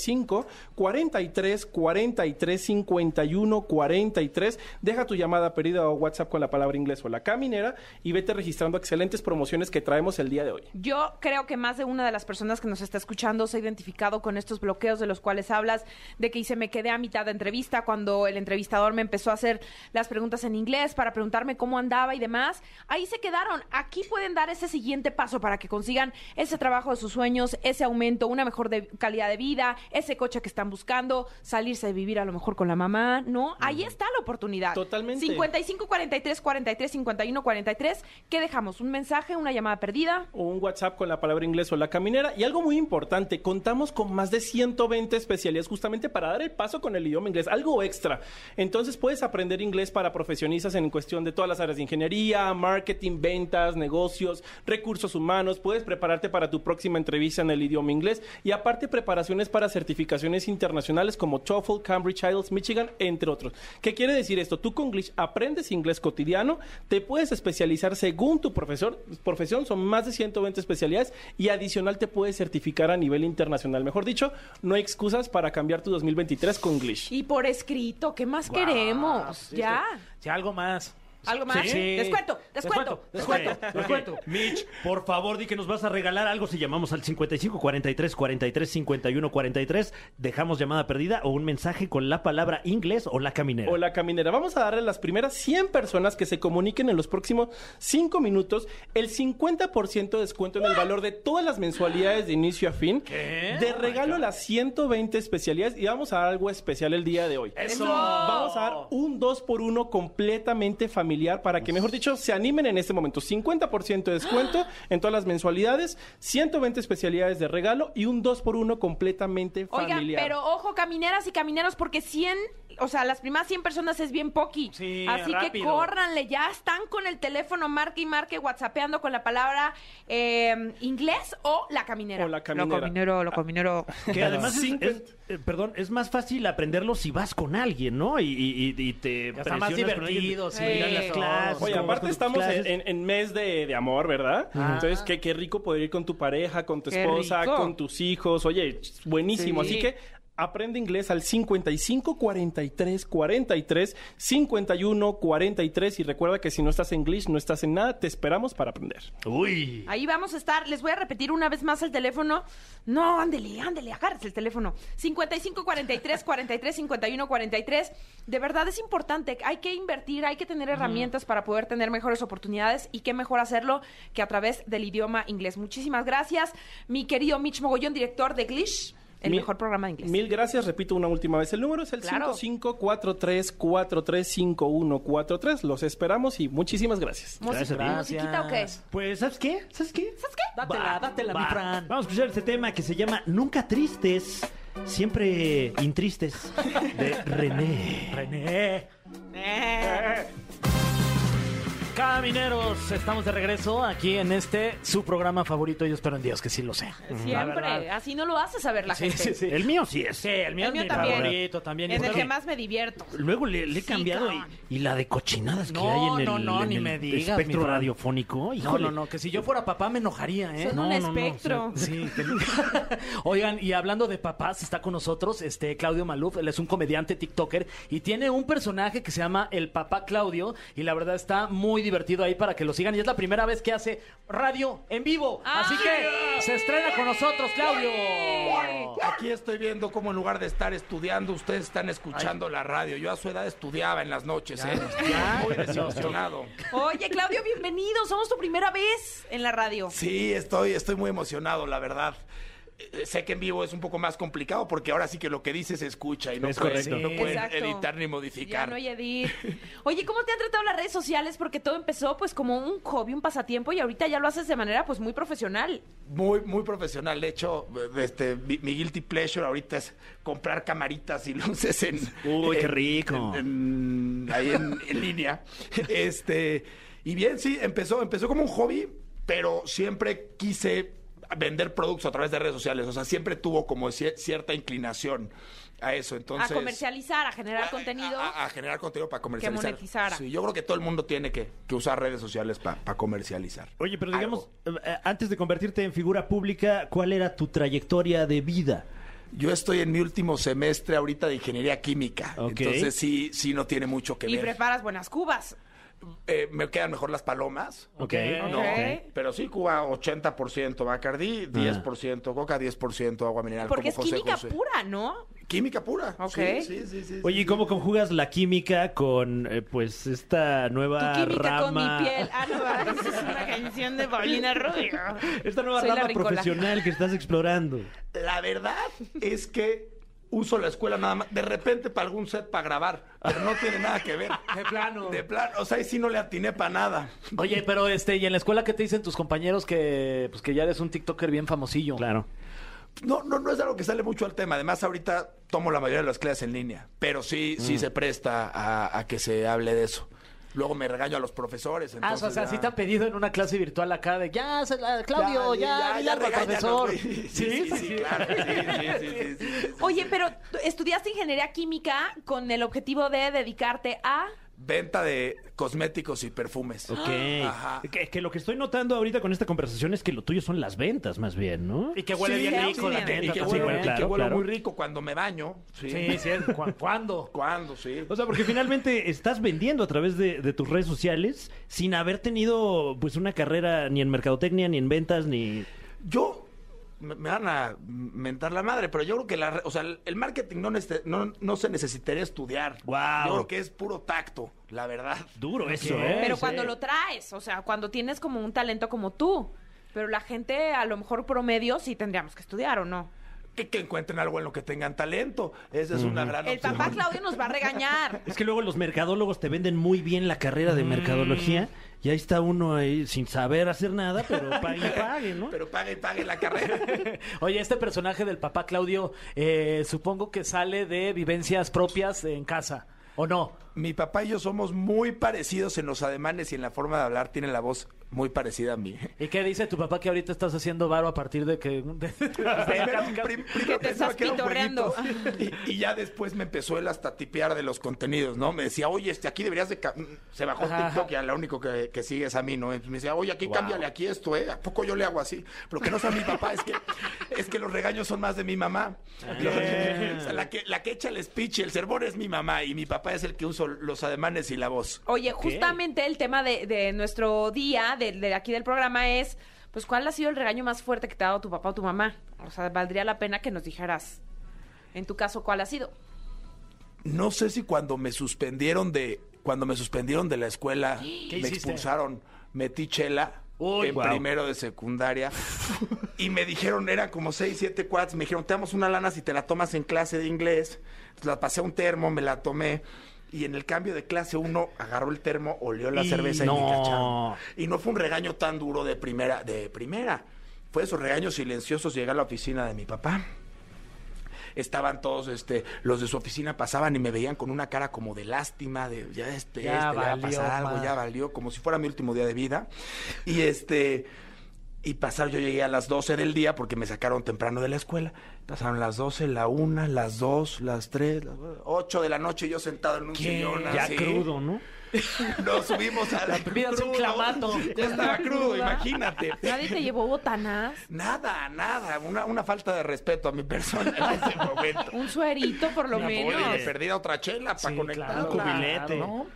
[SPEAKER 6] 43 43 51 43. Deja tu llamada perdida o WhatsApp con la palabra inglés o la caminera y vete registrando excelentes promociones que traemos el día de hoy.
[SPEAKER 2] Yo creo que más de una de las personas que nos está escuchando se ha identificado con estos bloqueos de los cuales hablas, de que se me quedé a mitad de entrevista cuando el entrevistador me empezó a hacer las preguntas en inglés para preguntarme cómo andaba y demás. Ahí se quedaron. Aquí pueden dar ese siguiente paso para que consigan ese trabajo de sus sueños, ese aumento, una mejor de- calidad de vida, ese coche que están buscando, salirse de vivir a lo mejor con la mamá, ¿no? Ahí está la oportunidad.
[SPEAKER 6] Totalmente.
[SPEAKER 2] 55 43 43 51 43. ¿Qué dejamos? ¿Un mensaje? ¿Una llamada perdida?
[SPEAKER 6] o un WhatsApp con la palabra inglés o la caminera. Y algo muy importante, contamos con más de 120 especialidades justamente para dar el paso con el idioma inglés, algo extra. Entonces puedes aprender inglés para profesionistas en cuestión de todas las áreas de ingeniería, marketing, ventas, negocios, recursos humanos. Puedes prepararte para tu próxima entrevista en el idioma inglés y aparte preparaciones para certificaciones internacionales como TOEFL, Cambridge IELTS, Michigan, entre otros. ¿Qué quiere decir esto? Tú con English aprendes inglés cotidiano, te puedes especializar según tu profesor, profesión, son más de 120 especialidades y adicional te puedes certificar a nivel internacional. Mejor dicho, no hay excusas para cambiar tu 2023 con English.
[SPEAKER 2] Y por escrito, ¿qué más queremos? Ya.
[SPEAKER 5] Sí, algo más.
[SPEAKER 2] ¿Algo más?
[SPEAKER 5] Sí.
[SPEAKER 2] Descuento, descuento, <laughs>
[SPEAKER 5] descuento,
[SPEAKER 2] descuento.
[SPEAKER 5] descuento.
[SPEAKER 3] Mitch, por favor, di que nos vas a regalar algo si llamamos al 55 43 43 51 43. Dejamos llamada perdida o un mensaje con la palabra inglés o la caminera.
[SPEAKER 6] o la caminera. Vamos a darle a las primeras 100 personas que se comuniquen en los próximos 5 minutos el 50% de descuento en el valor de todas las mensualidades de inicio a fin. De regalo las 120 especialidades y vamos a dar algo especial el día de hoy.
[SPEAKER 5] Eso.
[SPEAKER 6] Vamos a dar un 2 por 1 completamente familiar para que, mejor dicho, se animen en este momento. 50% de descuento en todas las mensualidades, 120 especialidades de regalo y un 2 por 1 completamente familiar.
[SPEAKER 2] Oigan, pero ojo, camineras y camineros, porque 100, o sea, las primeras 100 personas es bien poqui.
[SPEAKER 5] Sí,
[SPEAKER 2] Así que
[SPEAKER 5] rápido.
[SPEAKER 2] córranle, ya están con el teléfono, marque y marque, whatsappeando con la palabra eh, inglés o la caminera.
[SPEAKER 6] O la caminera.
[SPEAKER 2] Lo caminero, lo caminero.
[SPEAKER 3] Que además es,
[SPEAKER 6] Cinco-
[SPEAKER 3] es- eh, perdón, es más fácil aprenderlo si vas con alguien, ¿no? Y, y- y- y te
[SPEAKER 5] Está más
[SPEAKER 3] presionas con
[SPEAKER 5] divertido,
[SPEAKER 3] alguien.
[SPEAKER 5] sí.
[SPEAKER 2] Sí.
[SPEAKER 5] miran las clases,
[SPEAKER 6] Oye,
[SPEAKER 3] como vas
[SPEAKER 6] aparte
[SPEAKER 3] con tus
[SPEAKER 6] estamos en,
[SPEAKER 3] clases.
[SPEAKER 6] en- en mes de, de amor, ¿verdad? Entonces, qué, qué rico poder ir con tu pareja, con tu
[SPEAKER 2] Qué
[SPEAKER 6] esposa,
[SPEAKER 2] rico.
[SPEAKER 6] con tus hijos. Oye, buenísimo.
[SPEAKER 2] Sí.
[SPEAKER 6] Así que aprende inglés al 55 43 43 51 43 y recuerda que si no estás en inglés, no estás en nada. Te esperamos para aprender.
[SPEAKER 3] Uy.
[SPEAKER 2] Ahí vamos a estar. Les voy a repetir una vez más el teléfono. No, ándele, ándele, agárrese el teléfono. 55 43 43 51 43. De verdad es importante. Hay que invertir, hay que tener herramientas para poder tener mejores oportunidades. Y qué mejor hacerlo que a través del idioma inglés. Muchísimas gracias, mi querido Mitch Mogollón, director de Glish, el
[SPEAKER 6] Mil-
[SPEAKER 2] mejor programa de inglés.
[SPEAKER 6] Mil gracias, repito una última vez. El número es el
[SPEAKER 2] Claro.
[SPEAKER 6] 5543435143. Los esperamos y muchísimas gracias.
[SPEAKER 2] Música-
[SPEAKER 5] Gracias.
[SPEAKER 2] ¿Musiquita o qué?
[SPEAKER 3] Pues, ¿sabes qué? ¿Sabes qué?
[SPEAKER 2] ¿Sabes qué?
[SPEAKER 5] Dátela, dátela, mi
[SPEAKER 3] Va.
[SPEAKER 5] Fran.
[SPEAKER 3] Vamos a escuchar este tema que se llama Nunca Tristes, Siempre Intristes, de René.
[SPEAKER 5] René.
[SPEAKER 2] Eh.
[SPEAKER 5] Camineros, estamos de regreso aquí en este, su programa favorito. Yo espero en Dios que sí lo sea. La
[SPEAKER 2] Siempre.
[SPEAKER 5] verdad.
[SPEAKER 2] Así no lo hace saber la
[SPEAKER 5] Sí,
[SPEAKER 2] gente.
[SPEAKER 5] sí, sí.
[SPEAKER 3] El mío sí es.
[SPEAKER 5] Sí, el mío,
[SPEAKER 2] El mío
[SPEAKER 5] es mi
[SPEAKER 2] también.
[SPEAKER 5] favorito también.
[SPEAKER 2] En el
[SPEAKER 5] Espero
[SPEAKER 2] que
[SPEAKER 5] que-
[SPEAKER 2] más me divierto.
[SPEAKER 3] Luego le, le he
[SPEAKER 2] Sí,
[SPEAKER 3] cambiado y,
[SPEAKER 2] cabrón.
[SPEAKER 3] y la de cochinadas que
[SPEAKER 5] No,
[SPEAKER 3] hay en el,
[SPEAKER 5] no, no,
[SPEAKER 3] en
[SPEAKER 5] ni
[SPEAKER 3] el
[SPEAKER 5] me digas,
[SPEAKER 3] espectro
[SPEAKER 5] mi Fran.
[SPEAKER 3] radiofónico.
[SPEAKER 5] No,
[SPEAKER 3] Híjole.
[SPEAKER 5] no, no, que si yo fuera papá me enojaría, ¿eh?
[SPEAKER 2] Son
[SPEAKER 5] No,
[SPEAKER 2] un
[SPEAKER 5] no, no,
[SPEAKER 2] espectro.
[SPEAKER 5] sí, sí, que- <laughs> Oigan, y hablando de papás, está con nosotros este Claudio Maluf, él es un comediante TikToker y tiene un personaje que se llama El Papá Claudio y la verdad está muy divertido ahí para que lo sigan y es la primera vez que hace radio en vivo. Así que se estrena con nosotros, Claudio.
[SPEAKER 7] Aquí estoy viendo cómo en lugar de estar estudiando, ustedes están escuchando la radio. Yo a su edad estudiaba en las noches, ¿eh? Muy desilusionado.
[SPEAKER 2] Oye, Claudio, bienvenido. Somos tu primera vez en la radio.
[SPEAKER 7] Sí, estoy, estoy muy emocionado, la verdad. Eh, Sé que en vivo es un poco más complicado porque ahora sí que lo que dices se escucha y no
[SPEAKER 3] Es
[SPEAKER 7] puedes,
[SPEAKER 3] correcto.
[SPEAKER 7] no puedes
[SPEAKER 2] Exacto.
[SPEAKER 7] editar ni
[SPEAKER 2] Ya
[SPEAKER 7] modificar.
[SPEAKER 2] no hay edit. Oye, ¿cómo te han tratado las redes sociales? Porque todo empezó pues como un hobby, un pasatiempo y ahorita ya lo haces de manera pues muy profesional.
[SPEAKER 7] Muy, muy profesional. De hecho, este, mi, mi guilty pleasure ahorita es comprar camaritas y luces en.
[SPEAKER 3] Uy, qué
[SPEAKER 7] en-
[SPEAKER 3] rico.
[SPEAKER 7] en- en- ahí en, en línea. Este. Y bien, sí, empezó, empezó como un hobby, pero siempre quise vender productos a través de redes sociales. O sea, siempre tuvo como cier- cierta inclinación a eso. Entonces.
[SPEAKER 2] a comercializar, a generar
[SPEAKER 7] a-
[SPEAKER 2] contenido.
[SPEAKER 7] A, a- a generar contenido para comercializar.
[SPEAKER 2] monetizara.
[SPEAKER 7] Sí, yo creo que todo el mundo tiene que, que usar redes sociales para comercializar.
[SPEAKER 3] Oye, pero
[SPEAKER 7] Algo.
[SPEAKER 3] digamos, eh, antes de convertirte en figura pública, ¿cuál era tu trayectoria de vida?
[SPEAKER 7] Yo estoy en mi último semestre ahorita de ingeniería química.
[SPEAKER 3] Ok.
[SPEAKER 7] Entonces sí, sí no tiene mucho que
[SPEAKER 2] y
[SPEAKER 7] ver.
[SPEAKER 2] preparas buenas cubas.
[SPEAKER 7] Eh, me quedan mejor las palomas.
[SPEAKER 3] Ok.
[SPEAKER 7] No,
[SPEAKER 2] Ok.
[SPEAKER 7] pero sí, Cuba 80% Bacardí, 10% coca, 10% agua mineral.
[SPEAKER 2] Porque
[SPEAKER 7] como
[SPEAKER 2] es
[SPEAKER 7] José
[SPEAKER 2] química
[SPEAKER 7] José.
[SPEAKER 2] pura, ¿no?
[SPEAKER 7] Química pura.
[SPEAKER 2] Ok.
[SPEAKER 7] Sí, sí, sí, sí,
[SPEAKER 3] Oye, ¿y
[SPEAKER 7] sí.
[SPEAKER 3] cómo conjugas la química con, eh, pues, esta
[SPEAKER 2] Tu
[SPEAKER 3] nueva
[SPEAKER 2] química
[SPEAKER 3] rama?
[SPEAKER 2] con mi piel. Ah, no, ¿verdad? Esa es una canción de Paulina Rubio.
[SPEAKER 3] <laughs> Esta nueva
[SPEAKER 2] Soy la
[SPEAKER 3] rama
[SPEAKER 2] brincola.
[SPEAKER 3] profesional que estás explorando.
[SPEAKER 7] La verdad es que uso la escuela nada más, de repente para algún set para grabar, pero no tiene nada que ver.
[SPEAKER 5] De plano.
[SPEAKER 7] De plano, o sea, ahí sí no le atiné para nada.
[SPEAKER 5] Oye, pero este, ¿y en la escuela qué te dicen tus compañeros que pues que ya eres un TikToker bien famosillo?
[SPEAKER 3] Claro.
[SPEAKER 7] No, no, no es algo que sale mucho al tema. Además, ahorita tomo la mayoría de las clases en línea, pero sí, sí se presta a, a que se hable de eso. Luego me regaño a los profesores.
[SPEAKER 5] Ah,
[SPEAKER 7] Entonces
[SPEAKER 5] o sea,
[SPEAKER 7] ya-
[SPEAKER 5] sí te han pedido en una clase virtual acá de ya, se la- Claudio, ya, dile algo al
[SPEAKER 7] regáñanos,
[SPEAKER 5] profesor.
[SPEAKER 7] güey. Sí, sí, sí, claro. Sí, sí, sí, sí, sí, sí.
[SPEAKER 2] Oye, pero tú estudiaste ingeniería química con el objetivo de dedicarte a...
[SPEAKER 7] Venta de cosméticos y perfumes.
[SPEAKER 3] Ok.
[SPEAKER 7] Ajá.
[SPEAKER 3] Que, que lo que estoy notando ahorita con esta conversación es que lo tuyo son las ventas, más bien, ¿no?
[SPEAKER 5] Y que huele
[SPEAKER 7] Sí,
[SPEAKER 5] bien
[SPEAKER 2] sí,
[SPEAKER 5] rico la
[SPEAKER 2] sí,
[SPEAKER 5] teta
[SPEAKER 7] Y
[SPEAKER 3] Sí,
[SPEAKER 7] que huelo,
[SPEAKER 5] también.
[SPEAKER 3] bueno,
[SPEAKER 7] y que
[SPEAKER 3] claro,
[SPEAKER 7] huelo
[SPEAKER 3] claro.
[SPEAKER 7] muy rico cuando me baño. Sí.
[SPEAKER 5] Sí, sí, es- ¿cu- ¿cuándo?
[SPEAKER 7] ¿Cuándo? Sí.
[SPEAKER 3] O sea, porque finalmente estás vendiendo a través de, de tus redes sociales sin haber tenido pues una carrera ni en mercadotecnia, ni en ventas, ni...
[SPEAKER 7] Yo me, me van a mentar la madre, pero yo creo que la, re- o sea, el el marketing no, nece- no, no se necesitaría estudiar.
[SPEAKER 3] Guau.
[SPEAKER 7] Yo creo que es puro tacto, la verdad.
[SPEAKER 3] Duro eso, ¿eh?
[SPEAKER 2] Pero
[SPEAKER 3] Sí.
[SPEAKER 2] cuando lo traes, o sea, cuando tienes como un talento como tú. Pero la gente, a lo mejor promedio, sí tendríamos que estudiar o no.
[SPEAKER 7] Que, que encuentren algo en lo que tengan talento. Esa es una gran
[SPEAKER 2] El
[SPEAKER 7] opción.
[SPEAKER 2] papá Claudio nos va a
[SPEAKER 3] <laughs>
[SPEAKER 2] regañar.
[SPEAKER 3] Es que luego los mercadólogos te venden muy bien la carrera de mercadología y ahí está uno ahí sin saber hacer nada, pero pague y pague, ¿no?
[SPEAKER 7] Pero pague y pague la
[SPEAKER 5] <laughs>
[SPEAKER 7] carrera.
[SPEAKER 5] Oye, este personaje del papá Claudio, eh, supongo que sale de vivencias propias en casa, ¿o no?
[SPEAKER 7] Mi papá y yo somos muy parecidos en los ademanes y en la forma de hablar. Tiene la voz muy parecida a mí.
[SPEAKER 5] ¿Y qué dice tu papá que ahorita estás haciendo varo a partir de
[SPEAKER 7] <laughs>
[SPEAKER 5] que...
[SPEAKER 7] Primero, prim- primero
[SPEAKER 2] te
[SPEAKER 7] pensaba
[SPEAKER 2] estás
[SPEAKER 7] que era un
[SPEAKER 2] pitorreando.
[SPEAKER 7] jueguito. Y, y ya después me empezó él hasta tipear de los contenidos, ¿no? Me decía, oye, este, aquí deberías de... ca- Se bajó
[SPEAKER 5] Ajá.
[SPEAKER 7] TikTok y a lo único que, que sigue es a mí, ¿no? Entonces me decía, oye, aquí cámbiale aquí esto, ¿eh? ¿A poco yo le hago así? Pero que no sea mi papá, es que, es que los regaños son más de mi mamá.
[SPEAKER 2] Ah.
[SPEAKER 7] Los- o sea, la, que, la que echa el speech, y el sermón es mi mamá y mi papá es el que usa los ademanes y la voz.
[SPEAKER 2] Oye, justamente el tema de, de nuestro día, de, de aquí del programa, es, pues, ¿cuál ha sido el regaño más fuerte que te ha dado tu papá o tu mamá? O sea, valdría la pena que nos dijeras, en tu caso, ¿cuál ha sido?
[SPEAKER 7] No sé si cuando me suspendieron de cuando me suspendieron de la escuela me
[SPEAKER 5] hiciste?
[SPEAKER 7] expulsaron, metí chela
[SPEAKER 5] Uy,
[SPEAKER 7] en
[SPEAKER 5] wow.
[SPEAKER 7] primero de secundaria y me dijeron eran como seis, siete cuads, me dijeron, "Te damos una lana si te la tomas en clase de inglés." Entonces, la pasé a un termo, me la tomé. Y en el cambio de clase uno agarró el termo, olió la
[SPEAKER 3] Y
[SPEAKER 7] cerveza y
[SPEAKER 3] no.
[SPEAKER 7] me cacharon. Y no fue un regaño tan duro de primera, de primera. Fue esos regaños silenciosos llegar a la oficina de mi papá estaban todos este los de su oficina pasaban y me veían con una cara como de lástima de ya este,
[SPEAKER 5] Ya
[SPEAKER 7] este le va a
[SPEAKER 5] valió,
[SPEAKER 7] pasar algo
[SPEAKER 5] ma.
[SPEAKER 7] ya valió como si fuera mi último día de vida y este y pasar yo llegué a las 12 del día porque me sacaron temprano de la escuela pasaron las 12 la 1 las 2 las 3 las 8 de la noche y yo sentado en un sillón
[SPEAKER 3] Ya
[SPEAKER 7] así.
[SPEAKER 3] crudo, ¿no?
[SPEAKER 7] nos subimos a la
[SPEAKER 5] Pídanse un
[SPEAKER 7] crudo.
[SPEAKER 5] clamato.
[SPEAKER 7] <laughs> ya estaba crudo
[SPEAKER 2] Cruda.
[SPEAKER 7] imagínate
[SPEAKER 2] ¿Nadie te llevó botanas?
[SPEAKER 7] Nada, nada, una, una falta de respeto a mi persona en ese momento.
[SPEAKER 2] ¿Un suerito, por lo
[SPEAKER 7] Ya, pobre,
[SPEAKER 2] menos?
[SPEAKER 7] le perdí a otra chela para conectarla.
[SPEAKER 5] claro, Un cubilete.
[SPEAKER 7] ¿no?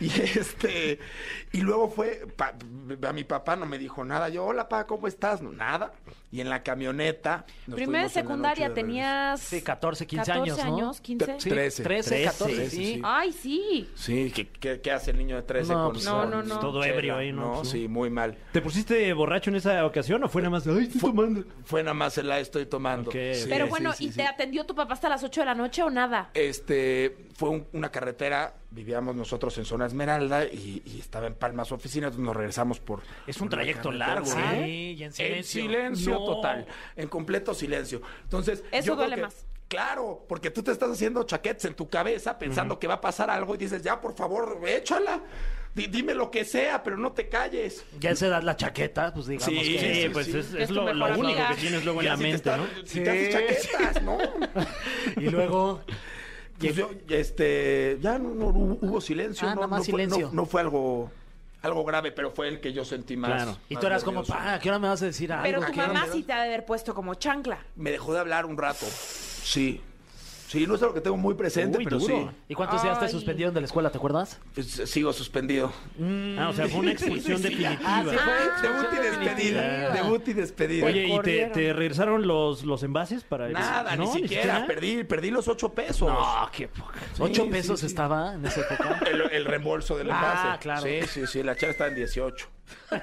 [SPEAKER 7] Y este, y luego fue, pa- a mi papá no me dijo nada. Yo, hola, pa, ¿cómo estás? No, nada. Y en la camioneta.
[SPEAKER 2] Primero
[SPEAKER 7] nos
[SPEAKER 2] de
[SPEAKER 7] fuimos en la
[SPEAKER 2] secundaria
[SPEAKER 7] noche de
[SPEAKER 2] tenías...
[SPEAKER 5] Sí, 14, 15
[SPEAKER 2] 14
[SPEAKER 5] años, ¿no?
[SPEAKER 2] años,
[SPEAKER 7] regreso.
[SPEAKER 2] 15.
[SPEAKER 7] Te- 13.
[SPEAKER 5] 13, 14,
[SPEAKER 7] Trece,
[SPEAKER 5] sí.
[SPEAKER 7] sí.
[SPEAKER 2] Ay, sí.
[SPEAKER 7] Sí, ¿qué, qué, qué hace el niño de 13
[SPEAKER 5] No,
[SPEAKER 7] con
[SPEAKER 5] pues,
[SPEAKER 2] no, no, no.
[SPEAKER 3] Todo ebrio ahí, ¿no?
[SPEAKER 7] No,
[SPEAKER 3] Pues,
[SPEAKER 7] sí, muy mal.
[SPEAKER 3] ¿Te pusiste borracho en esa ocasión o fue nada más... Ay, estoy tomando.
[SPEAKER 7] Fue nada más el la estoy tomando.
[SPEAKER 3] Ok.
[SPEAKER 7] Sí,
[SPEAKER 2] Pero
[SPEAKER 7] sí,
[SPEAKER 2] bueno,
[SPEAKER 7] sí,
[SPEAKER 2] ¿y
[SPEAKER 7] sí.
[SPEAKER 2] te atendió tu papá hasta las 8 de la noche o nada?
[SPEAKER 7] este fue un- una carretera, vivíamos nosotros en zona Esmeralda y, y estaba en Palma su oficina, entonces nos regresamos por...
[SPEAKER 3] Es un
[SPEAKER 7] por la
[SPEAKER 3] trayecto
[SPEAKER 7] carretera.
[SPEAKER 3] largo,
[SPEAKER 7] Sí.
[SPEAKER 3] ¿eh?
[SPEAKER 5] Sí, y en
[SPEAKER 7] En
[SPEAKER 5] silencio.
[SPEAKER 7] silencio
[SPEAKER 5] No.
[SPEAKER 7] total, en completo silencio. Entonces,
[SPEAKER 2] Eso
[SPEAKER 7] yo creo
[SPEAKER 2] duele
[SPEAKER 7] que-
[SPEAKER 2] más.
[SPEAKER 7] Claro, porque tú te estás haciendo chaquetes en tu cabeza pensando que va a pasar algo y dices, ya, por favor, échala, Di- dime lo que sea, pero no te calles.
[SPEAKER 5] Ya se da la chaqueta, pues digamos
[SPEAKER 7] Sí,
[SPEAKER 5] que...
[SPEAKER 3] Sí,
[SPEAKER 7] sí,
[SPEAKER 3] pues
[SPEAKER 7] sí.
[SPEAKER 3] es,
[SPEAKER 2] Es
[SPEAKER 3] es
[SPEAKER 2] tu
[SPEAKER 3] lo,
[SPEAKER 2] mejor
[SPEAKER 3] lo único
[SPEAKER 2] amiga.
[SPEAKER 3] que tienes luego en
[SPEAKER 7] Ya
[SPEAKER 3] la
[SPEAKER 7] si te
[SPEAKER 3] mente,
[SPEAKER 7] estás-
[SPEAKER 3] ¿no?
[SPEAKER 7] si te haces
[SPEAKER 3] <laughs>
[SPEAKER 7] chaquetas, ¿no?
[SPEAKER 5] Y luego...
[SPEAKER 7] Pues yo, este, ya no, no hu- hubo silencio.
[SPEAKER 5] Ah,
[SPEAKER 7] no,
[SPEAKER 5] nada más
[SPEAKER 7] no fue- no-
[SPEAKER 5] silencio.
[SPEAKER 7] no fue algo, algo grave, pero fue el que yo sentí más.
[SPEAKER 3] Claro.
[SPEAKER 5] Y
[SPEAKER 7] más
[SPEAKER 5] tú eras como,
[SPEAKER 7] nervioso.
[SPEAKER 5] pa, ¿a qué hora me vas a decir algo?
[SPEAKER 2] Pero tu
[SPEAKER 5] ¿Qué
[SPEAKER 2] mamá
[SPEAKER 5] onda?"
[SPEAKER 2] sí te ha de haber puesto como chancla.
[SPEAKER 7] Me dejó de hablar un rato. Sí. Sí, no es algo que tengo muy presente,
[SPEAKER 3] Uy,
[SPEAKER 7] pero
[SPEAKER 3] duro.
[SPEAKER 5] ¿Y cuántos días te
[SPEAKER 2] Ay.
[SPEAKER 5] suspendieron de la escuela, te acuerdas?
[SPEAKER 7] sí. S- Pues, Sigo suspendido.
[SPEAKER 3] Ah, o sea, fue una
[SPEAKER 7] <laughs>
[SPEAKER 3] expulsión
[SPEAKER 7] Ah,
[SPEAKER 3] definitiva.
[SPEAKER 7] debut y despedida. Debut y despedida.
[SPEAKER 3] Oye, ¿y te, te regresaron los, los envases para... el-
[SPEAKER 7] Nada, ni,
[SPEAKER 3] No,
[SPEAKER 7] siquiera. Perdí, perdí los ocho pesos. <laughs>
[SPEAKER 5] No, qué poca. ¿Ocho
[SPEAKER 7] sí,
[SPEAKER 5] pesos
[SPEAKER 7] sí.
[SPEAKER 5] estaba en esa época?
[SPEAKER 7] El, el reembolso del
[SPEAKER 5] Ah,
[SPEAKER 7] envase.
[SPEAKER 5] claro.
[SPEAKER 7] Sí, sí, sí. La charla está en 18.
[SPEAKER 5] ¿Te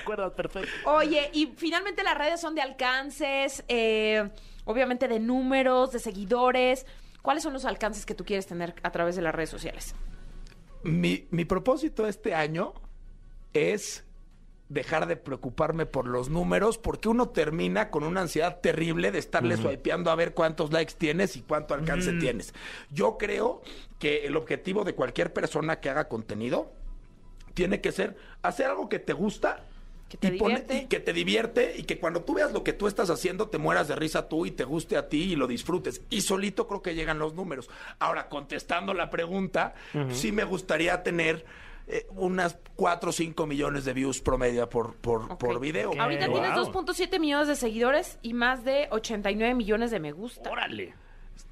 [SPEAKER 5] acuerdas? Perfecto.
[SPEAKER 2] Oye, y finalmente las redes son de alcances, eh, obviamente de números, de seguidores. ¿Cuáles son los alcances que tú quieres tener a través de las redes sociales?
[SPEAKER 7] Mi, mi propósito este año es dejar de preocuparme por los números porque uno termina con una ansiedad terrible de estarle swipeando a ver cuántos likes tienes y cuánto alcance tienes. Yo creo que el objetivo de cualquier persona que haga contenido tiene que ser hacer algo que te gusta
[SPEAKER 2] Que te
[SPEAKER 7] y pone-
[SPEAKER 2] divierte.
[SPEAKER 7] y que te divierte y que cuando tú veas lo que tú estás haciendo te mueras de risa tú y te guste a ti y lo disfrutes. Y solito creo que llegan los números. Ahora, contestando la pregunta, sí me gustaría tener eh, unas 4 o 5 millones de views promedio por, por,
[SPEAKER 2] Ok.
[SPEAKER 7] por video. Eh,
[SPEAKER 2] Ahorita
[SPEAKER 3] Eh, Wow.
[SPEAKER 2] tienes 2.7 millones de seguidores y más de 89 millones de me gusta.
[SPEAKER 3] Órale.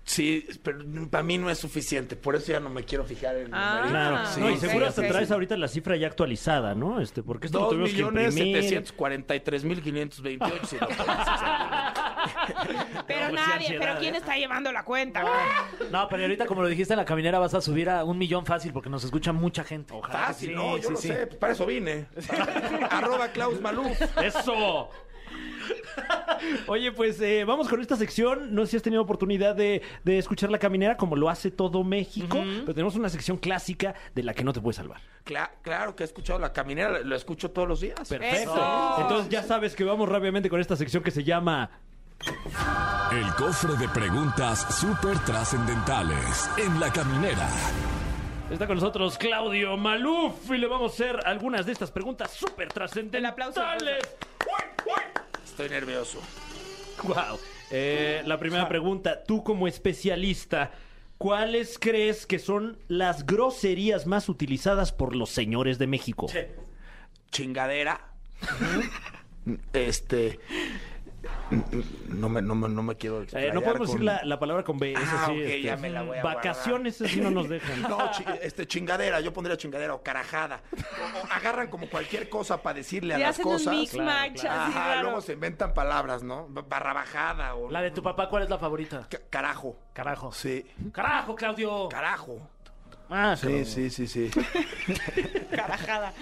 [SPEAKER 7] Sí, pero para mí no es suficiente. Por eso ya no me quiero fijar en
[SPEAKER 2] Ah.
[SPEAKER 7] numeritos.
[SPEAKER 3] Claro.
[SPEAKER 2] Sí,
[SPEAKER 3] no, y
[SPEAKER 2] sí,
[SPEAKER 3] seguro
[SPEAKER 2] sí,
[SPEAKER 3] hasta
[SPEAKER 2] sí.
[SPEAKER 3] traes ahorita la cifra ya actualizada, ¿no? Este, porque esto lo
[SPEAKER 7] Dos
[SPEAKER 3] tuvimos que
[SPEAKER 7] millones
[SPEAKER 3] imprimir.
[SPEAKER 7] 743 mil 528. si
[SPEAKER 2] <laughs>
[SPEAKER 7] lo pones.
[SPEAKER 2] Pero
[SPEAKER 3] No, pues, sí,
[SPEAKER 2] nadie,
[SPEAKER 3] ansiedad,
[SPEAKER 2] pero
[SPEAKER 3] ¿eh?
[SPEAKER 2] ¿quién está llevando la cuenta?
[SPEAKER 7] Ah,
[SPEAKER 5] No, pero ahorita, como lo dijiste en la caminera, vas a subir a un millón fácil porque nos escucha mucha gente. Ojalá.
[SPEAKER 3] Ah,
[SPEAKER 7] Fácil, Ah, no, yo no sé. Para eso vine. Arroba Klaus Maluf.
[SPEAKER 3] ¡Eso! <laughs> Oye, pues eh, vamos con esta sección. No sé si has tenido oportunidad de, de escuchar La Caminera como lo hace todo México, pero tenemos una sección clásica de la que no te puedes salvar.
[SPEAKER 7] Cla- claro que he escuchado la caminera, lo escucho todos los días.
[SPEAKER 2] Perfecto.
[SPEAKER 3] Entonces ya sabes que vamos rápidamente con esta sección que se llama
[SPEAKER 1] El cofre de preguntas súper trascendentales en la caminera.
[SPEAKER 3] Está con nosotros Claudio Maluf y le vamos a hacer algunas de estas preguntas súper
[SPEAKER 2] El aplauso,
[SPEAKER 3] trascendentales.
[SPEAKER 7] Estoy nervioso.
[SPEAKER 3] <laughs> Wow. Eh, la primera pregunta, tú como especialista, ¿cuáles crees que son las groserías más utilizadas por los señores de México?
[SPEAKER 7] Chingadera. <laughs> este. n- n- No me, no me, no me
[SPEAKER 3] Eh,
[SPEAKER 7] quiero.
[SPEAKER 3] no
[SPEAKER 7] explayar
[SPEAKER 3] podemos
[SPEAKER 7] con-
[SPEAKER 3] decir la, la palabra con B. esa
[SPEAKER 7] Ah,
[SPEAKER 3] sí,
[SPEAKER 7] ok,
[SPEAKER 3] este,
[SPEAKER 7] ya me la voy a
[SPEAKER 3] Vacaciones, eso sí no nos dejan.
[SPEAKER 7] <laughs> No, chi- este, chingadera, yo pondría chingadera o carajada. O- o agarran como cualquier cosa para decirle a
[SPEAKER 2] Le
[SPEAKER 7] las
[SPEAKER 2] hacen
[SPEAKER 7] cosas.
[SPEAKER 2] un mix match así
[SPEAKER 7] Ajá,
[SPEAKER 2] raro.
[SPEAKER 7] luego se inventan palabras, ¿no? Ba- Barra bajada o.
[SPEAKER 5] La de tu papá, ¿cuál es la favorita?
[SPEAKER 7] ca- carajo.
[SPEAKER 5] Carajo.
[SPEAKER 7] Sí.
[SPEAKER 5] ¡Carajo, Claudio!
[SPEAKER 7] Carajo.
[SPEAKER 5] Ah, cabrón.
[SPEAKER 7] sí, sí, sí.
[SPEAKER 2] <laughs> Carajada.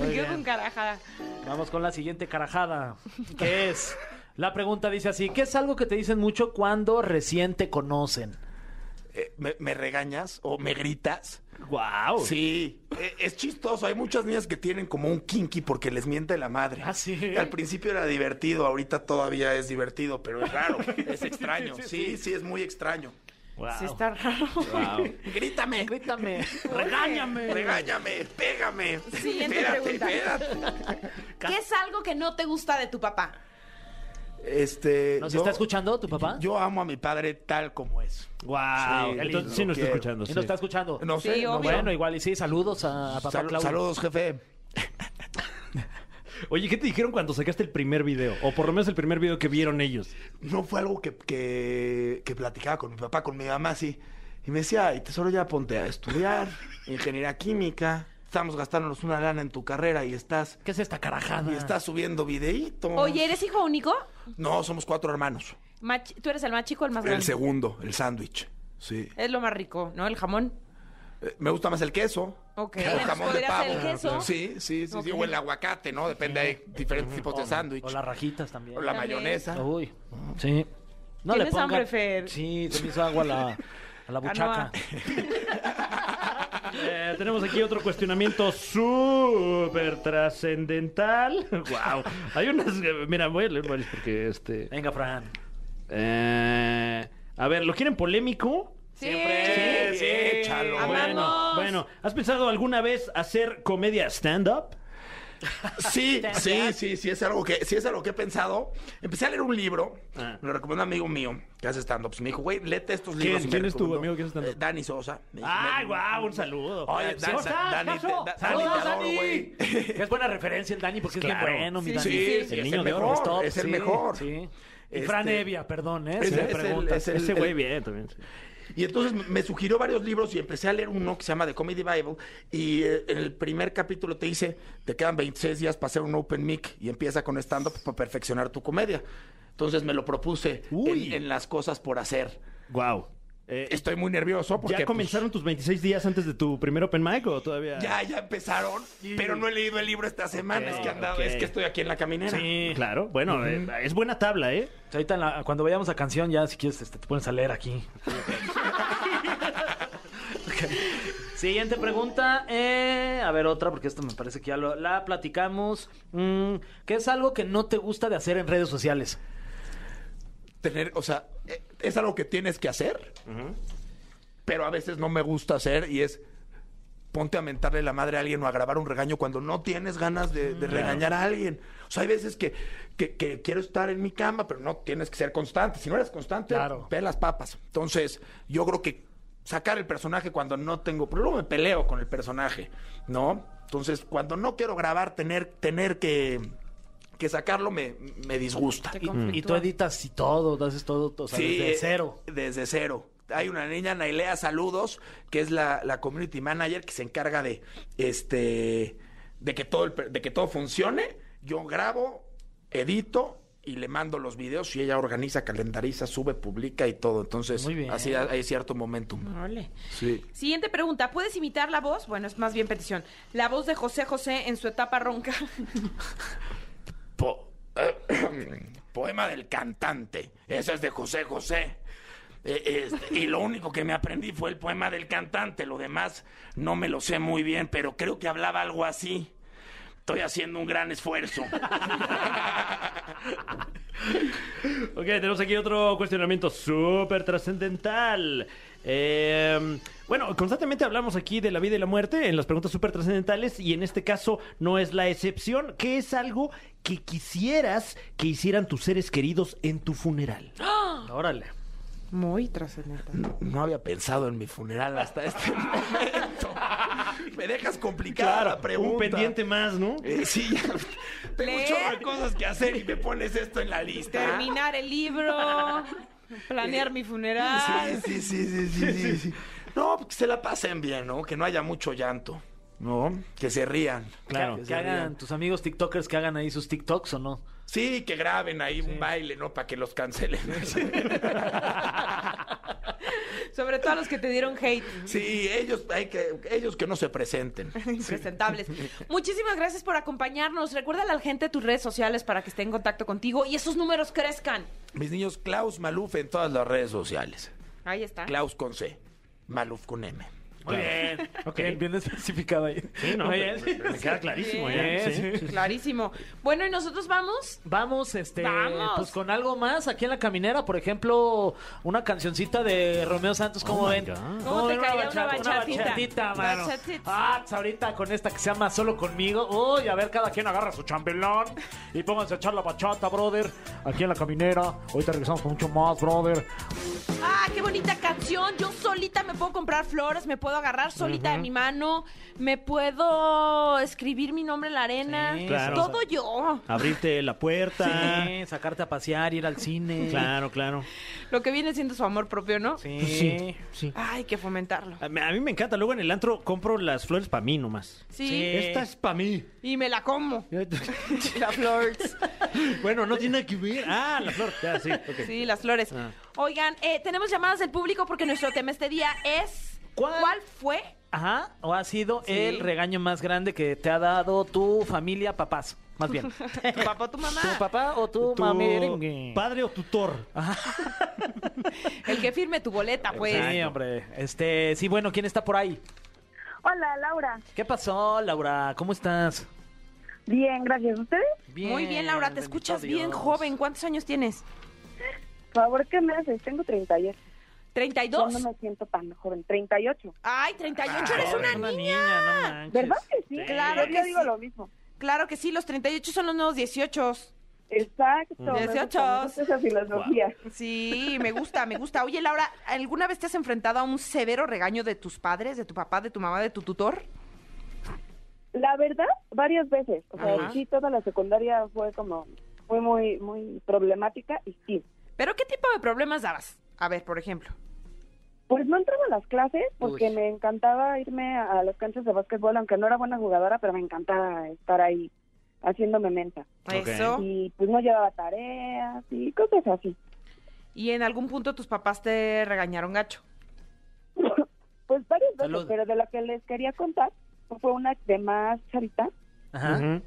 [SPEAKER 2] Me quedo con carajada.
[SPEAKER 5] Vamos con la siguiente carajada, que es... La pregunta dice así, ¿qué es algo que te dicen mucho cuando recién te conocen?
[SPEAKER 7] <laughs> Eh, ¿me, me regañas o me gritas?
[SPEAKER 3] Wow.
[SPEAKER 7] Sí, e- es chistoso. Hay muchas niñas que tienen como un kinky porque les miente la madre.
[SPEAKER 5] Ah, sí.
[SPEAKER 7] Al principio era divertido, ahorita todavía es divertido, pero es <laughs> raro, es extraño. Sí, sí, es muy extraño.
[SPEAKER 2] Sí está <laughs> raro.
[SPEAKER 7] <laughs> Grítame,
[SPEAKER 2] <laughs>
[SPEAKER 5] Grítame.
[SPEAKER 7] regáñame, regáñame, pégame.
[SPEAKER 2] Siguiente pregunta. ¿Qué es algo que no te gusta de tu papá?
[SPEAKER 7] Este,
[SPEAKER 5] ¿Nos
[SPEAKER 7] yo-
[SPEAKER 5] está escuchando tu papá?
[SPEAKER 7] Yo amo a mi padre tal como es.
[SPEAKER 3] Wow.
[SPEAKER 7] Sí,
[SPEAKER 3] Entonces sí
[SPEAKER 7] lo
[SPEAKER 3] nos está
[SPEAKER 7] quiero.
[SPEAKER 3] escuchando.
[SPEAKER 5] ¿Y
[SPEAKER 3] sí.
[SPEAKER 5] nos está escuchando?
[SPEAKER 7] No
[SPEAKER 2] Sí,
[SPEAKER 7] sé, no
[SPEAKER 2] obvio.
[SPEAKER 7] sé.
[SPEAKER 5] Bueno, igual y sí, saludos a, a papá
[SPEAKER 7] Sal-
[SPEAKER 5] Claudio.
[SPEAKER 7] saludos, jefe.
[SPEAKER 3] Oye, ¿qué te dijeron cuando sacaste el primer video? O por lo menos el primer video que vieron ellos.
[SPEAKER 7] no fue algo que, que- que platicaba con mi papá, con mi mamá, sí. Y me decía, ay, tesoro, ya ponte
[SPEAKER 2] <laughs>
[SPEAKER 7] a estudiar, ingeniería química. Estamos gastándonos una lana en tu carrera y estás,
[SPEAKER 5] ¿Qué es esta carajada?
[SPEAKER 7] y estás subiendo videíto.
[SPEAKER 2] Oye, ¿eres hijo único?
[SPEAKER 7] No, somos cuatro hermanos.
[SPEAKER 2] Más chi- ¿Tú eres el más chico o el más
[SPEAKER 7] El
[SPEAKER 2] grande?
[SPEAKER 7] segundo, el sándwich. Sí.
[SPEAKER 2] Es lo más rico, ¿no? El jamón.
[SPEAKER 7] Eh, Me gusta más el queso.
[SPEAKER 2] Ok.
[SPEAKER 7] o el
[SPEAKER 2] Entonces,
[SPEAKER 7] jamón de
[SPEAKER 2] podría ser
[SPEAKER 7] pavo.
[SPEAKER 2] el queso.
[SPEAKER 7] Sí, sí, sí, sí,
[SPEAKER 2] Ok.
[SPEAKER 7] O el aguacate, ¿no? Depende, hay diferentes tipos de sándwich.
[SPEAKER 5] O las rajitas también.
[SPEAKER 7] O la
[SPEAKER 2] También.
[SPEAKER 7] mayonesa.
[SPEAKER 5] Uy, sí. No
[SPEAKER 2] ¿Tienes hambre, Fer? Ah,
[SPEAKER 5] Sí, se me hizo agua
[SPEAKER 2] <laughs>
[SPEAKER 5] a la, a la buchaca.
[SPEAKER 3] Eh, tenemos aquí otro cuestionamiento súper trascendental. <laughs> Wow. Hay unas. eh, Mira, voy a leer varios porque este.
[SPEAKER 5] Venga, Fran.
[SPEAKER 3] eh, a ver, ¿lo quieren polémico?
[SPEAKER 2] Sí.
[SPEAKER 7] Sí, sí, échalo.
[SPEAKER 2] Amamos.
[SPEAKER 3] Bueno, ¿has pensado alguna vez hacer comedia stand-up?
[SPEAKER 7] Sí, sí, sí, sí, es algo que, sí es algo que he pensado. Empecé a leer un libro,
[SPEAKER 3] Ah.
[SPEAKER 7] me lo recomendó un amigo mío que hace stand-ups. Me dijo, güey, léete estos libros. y me
[SPEAKER 3] quién es tu
[SPEAKER 7] recomendó,
[SPEAKER 3] amigo que hace stand-up?
[SPEAKER 7] eh, Dani Sosa. Me-
[SPEAKER 3] ¡Ay,
[SPEAKER 7] me-
[SPEAKER 3] guau! Un saludo.
[SPEAKER 7] Oye,
[SPEAKER 3] Sí,
[SPEAKER 7] Dan-
[SPEAKER 3] ¿cómo estás,
[SPEAKER 7] Dani, te-
[SPEAKER 3] Caso?
[SPEAKER 7] da- Dani,
[SPEAKER 5] ¡Saludos,
[SPEAKER 7] te adoro,
[SPEAKER 5] Dani!
[SPEAKER 7] güey.
[SPEAKER 5] Es buena referencia el Dani porque es
[SPEAKER 3] Claro.
[SPEAKER 5] bien bueno, mi
[SPEAKER 2] Sí,
[SPEAKER 5] Dani.
[SPEAKER 2] sí,
[SPEAKER 7] Sí,
[SPEAKER 2] sí.
[SPEAKER 7] sí,
[SPEAKER 3] El
[SPEAKER 7] es
[SPEAKER 3] niño
[SPEAKER 7] el
[SPEAKER 3] de oro.
[SPEAKER 7] mejor,
[SPEAKER 5] Stop,
[SPEAKER 7] es el
[SPEAKER 5] sí,
[SPEAKER 7] mejor.
[SPEAKER 5] Sí. Y
[SPEAKER 7] Este-
[SPEAKER 5] Fran Evia, perdón, ¿eh?
[SPEAKER 7] Es-
[SPEAKER 5] Si me
[SPEAKER 7] es el-
[SPEAKER 5] preguntas.
[SPEAKER 7] es el-
[SPEAKER 3] Ese güey bien también. sí.
[SPEAKER 7] Y entonces me sugirió varios libros y empecé a leer uno que se llama The Comedy Bible. Y eh, en el primer capítulo te dice, te quedan 26 días para hacer un open mic y empieza con stand-up para perfeccionar tu comedia. Entonces me lo propuse
[SPEAKER 3] Uy.
[SPEAKER 7] en, en las cosas por hacer.
[SPEAKER 3] Guau. Eh,
[SPEAKER 7] Estoy muy nervioso porque...
[SPEAKER 3] ¿Ya
[SPEAKER 7] pues,
[SPEAKER 3] comenzaron tus 26 días antes de tu primer open mic o todavía?
[SPEAKER 7] Ya, ya empezaron, pero no he leído el libro esta semana. es que andaba,
[SPEAKER 3] ok.
[SPEAKER 7] es que estoy aquí en la caminera.
[SPEAKER 5] Sí.
[SPEAKER 3] Claro, bueno, eh, es buena tabla, ¿eh?
[SPEAKER 5] Pues Ahorita en la- cuando vayamos a canción, ya si quieres este, te pones a leer aquí. <laughs> Ok. Siguiente pregunta. eh, a ver, otra, porque esto me parece que ya lo- la platicamos. Mm, ¿Qué es algo que no te gusta de hacer en redes sociales?
[SPEAKER 7] Tener, o sea, eh, es algo que tienes que hacer, pero a veces no me gusta hacer y es ponte a mentarle la madre a alguien o a grabar un regaño cuando no tienes ganas de, de regañar a alguien. O sea, hay veces que, que- que quiero estar en mi cama, pero no tienes que ser constante. Si no eres constante,
[SPEAKER 5] Claro.
[SPEAKER 7] ve las papas. Entonces, yo creo que sacar el personaje cuando no tengo. Pero luego me peleo con el personaje, ¿no? Entonces, cuando no quiero grabar, tener, tener que, que sacarlo me, me disgusta.
[SPEAKER 2] Te
[SPEAKER 7] Y-
[SPEAKER 5] Y tú
[SPEAKER 2] conflictúa.
[SPEAKER 5] editas y todo, haces todo, o sea,
[SPEAKER 7] Sí,
[SPEAKER 5] desde
[SPEAKER 7] eh,
[SPEAKER 5] cero.
[SPEAKER 7] Desde cero. Hay una niña, Nailea Saludos, que es la, la community manager que se encarga de este de que todo el per- de que todo funcione. Yo grabo, edito y le mando los videos y ella organiza, calendariza, sube, publica y todo. Entonces,
[SPEAKER 5] Muy bien.
[SPEAKER 7] así hay cierto momentum.
[SPEAKER 2] Órale.
[SPEAKER 7] Sí.
[SPEAKER 2] Siguiente pregunta. ¿Puedes imitar la voz? Bueno, es más bien petición. La voz de José José en su etapa ronca.
[SPEAKER 7] Po- <coughs> Poema del cantante. Ese es de José José. Eh, este, y lo único que me aprendí fue el poema del cantante. Lo demás no me lo sé muy bien, pero creo que hablaba algo así. Estoy haciendo un gran esfuerzo.
[SPEAKER 3] Ok, tenemos aquí otro cuestionamiento súper trascendental. Eh, bueno, constantemente hablamos aquí de la vida y la muerte en las preguntas súper trascendentales y en este caso no es la excepción. ¿Qué es algo que quisieras que hicieran tus seres queridos en tu funeral?
[SPEAKER 5] Órale.
[SPEAKER 2] <laughs> Muy trascendental.
[SPEAKER 7] <laughs> No había pensado en mi funeral hasta este <laughs> momento. Me dejas complicada la pregunta.
[SPEAKER 3] Un pendiente más, ¿no?
[SPEAKER 7] Eh, sí, ya. <laughs> tengo un
[SPEAKER 2] Leer.
[SPEAKER 7] chorro de cosas que hacer y me pones esto en la lista.
[SPEAKER 2] <laughs> Terminar el <laughs> libro. Planear mi funeral.
[SPEAKER 7] Sí, sí, sí, sí, sí, sí, sí. No, que se la pasen bien, ¿no? Que no haya mucho llanto. No, que se rían.
[SPEAKER 5] Claro.
[SPEAKER 7] Que
[SPEAKER 5] Que,
[SPEAKER 7] se
[SPEAKER 5] hagan
[SPEAKER 7] rían.
[SPEAKER 5] tus amigos TikTokers que hagan ahí sus TikToks o no.
[SPEAKER 7] Sí, que graben ahí un baile, ¿no? Para que los cancelen.
[SPEAKER 2] Sobre todo a los que te dieron hate.
[SPEAKER 7] Sí, ellos, hay que, ellos que no se presenten.
[SPEAKER 2] <laughs> Impresentables. Muchísimas gracias por acompañarnos. Recuerda a la gente tus redes sociales para que esté en contacto contigo y esos números crezcan.
[SPEAKER 7] Mis niños, Klaus Maluf en todas las redes sociales.
[SPEAKER 2] Ahí está.
[SPEAKER 7] Klaus con C, Maluf con M.
[SPEAKER 3] Muy bien. <laughs> Ok.
[SPEAKER 5] Bien, bien especificado ahí.
[SPEAKER 3] Sí, no,
[SPEAKER 5] Muy
[SPEAKER 3] me,
[SPEAKER 5] bien.
[SPEAKER 3] me queda clarísimo.
[SPEAKER 2] Sí,
[SPEAKER 3] ya,
[SPEAKER 2] <laughs>
[SPEAKER 3] sí.
[SPEAKER 2] Clarísimo. Bueno, y nosotros vamos.
[SPEAKER 5] Vamos, este,
[SPEAKER 2] Vamos.
[SPEAKER 5] pues con algo más aquí en la caminera, por ejemplo, una cancioncita de Romeo Santos, ¿cómo ven?
[SPEAKER 2] ¿Cómo te
[SPEAKER 5] ven
[SPEAKER 2] caería una
[SPEAKER 5] bachata?
[SPEAKER 2] bachatita?
[SPEAKER 5] bachatita, mano?
[SPEAKER 2] Bachatita.
[SPEAKER 5] Ah, pues ahorita con esta que se llama Solo Conmigo. Uy, a ver, cada quien agarra su chambelón y pónganse a echar la bachata, brother. Aquí en la caminera. Ahorita regresamos con mucho más, brother.
[SPEAKER 2] Ah, qué bonita canción. Yo solita me puedo comprar flores, me puedo agarrar solita de mi mano, me puedo escribir mi nombre en la arena. Pues
[SPEAKER 5] Sí,
[SPEAKER 3] claro.
[SPEAKER 2] Todo yo.
[SPEAKER 3] Abrirte la puerta.
[SPEAKER 5] Sí, sacarte a pasear, ir al cine.
[SPEAKER 3] Claro, claro. Pues
[SPEAKER 2] Lo que viene siendo su amor propio, ¿no?
[SPEAKER 5] Sí.
[SPEAKER 3] sí.
[SPEAKER 2] Ay, hay que fomentarlo.
[SPEAKER 3] A mí a mí me encanta. Luego en el antro compro las flores para mí nomás.
[SPEAKER 2] Sí.
[SPEAKER 5] Sí.
[SPEAKER 3] Esta es para mí.
[SPEAKER 2] Y me la como. Las flores.
[SPEAKER 3] Bueno, no tiene que ver. Ah, la flor. Ya, sí. ok.
[SPEAKER 2] Sí, las flores.
[SPEAKER 3] Ah.
[SPEAKER 2] Oigan, eh, tenemos llamadas del público porque nuestro tema este día es.
[SPEAKER 5] ¿Cuál?
[SPEAKER 2] fue?
[SPEAKER 5] Ajá, o ha sido
[SPEAKER 2] Sí.
[SPEAKER 5] el regaño más grande que te ha dado tu familia, papás,
[SPEAKER 2] <laughs>
[SPEAKER 5] más bien.
[SPEAKER 2] ¿Tu papá o tu mamá?
[SPEAKER 5] ¿Tu papá o tu,
[SPEAKER 3] Tu
[SPEAKER 5] mamiringue?
[SPEAKER 3] padre o tutor.
[SPEAKER 2] El que firme tu boleta, pues.
[SPEAKER 5] Sí, hombre. Este, sí, bueno, ¿quién está por ahí?
[SPEAKER 8] Hola, Laura.
[SPEAKER 5] ¿Qué pasó, Laura? ¿Cómo estás?
[SPEAKER 8] Bien, gracias. ¿Ustedes?
[SPEAKER 2] Muy bien, Laura, te
[SPEAKER 5] bendito
[SPEAKER 2] escuchas bien
[SPEAKER 5] Dios.
[SPEAKER 2] joven. ¿Cuántos años tienes?
[SPEAKER 8] Por favor, ¿qué me haces? Tengo 38. Yo no
[SPEAKER 2] ¿32?
[SPEAKER 8] me siento tan joven. 38.
[SPEAKER 2] Ay, 38, eres
[SPEAKER 5] Ay,
[SPEAKER 2] una
[SPEAKER 5] eres
[SPEAKER 2] niña.
[SPEAKER 5] no manches.
[SPEAKER 8] ¿Verdad que sí?
[SPEAKER 2] Claro
[SPEAKER 8] Yo te
[SPEAKER 2] que
[SPEAKER 8] digo
[SPEAKER 2] sí.
[SPEAKER 8] lo mismo.
[SPEAKER 2] Claro que sí, los 38 son los nuevos 18.
[SPEAKER 8] Exacto. me
[SPEAKER 2] 18.
[SPEAKER 8] gusta, me gusta esa filosofía.
[SPEAKER 2] Sí, me gusta, me gusta. Oye, Laura, ¿alguna vez te has enfrentado a un severo regaño de tus padres, de tu papá, de tu mamá, de tu tutor?
[SPEAKER 8] La verdad, varias veces. O sea,
[SPEAKER 2] Ajá.
[SPEAKER 8] sí, toda la secundaria fue como... Fue muy, muy problemática y sí.
[SPEAKER 2] ¿Pero qué tipo de problemas dabas? A ver, por ejemplo.
[SPEAKER 8] Pues no entraba a las clases porque me encantaba irme a, a las canchas de básquetbol, aunque no era buena jugadora, pero me encantaba estar ahí haciéndome menta.
[SPEAKER 2] Eso.
[SPEAKER 8] Y pues no llevaba tareas y cosas así.
[SPEAKER 2] Y en algún punto tus papás te regañaron gacho.
[SPEAKER 8] Pues varias veces,
[SPEAKER 5] Salud.
[SPEAKER 8] pero de lo que les quería contar fue una de más charita,
[SPEAKER 5] Ajá.
[SPEAKER 3] Ujú.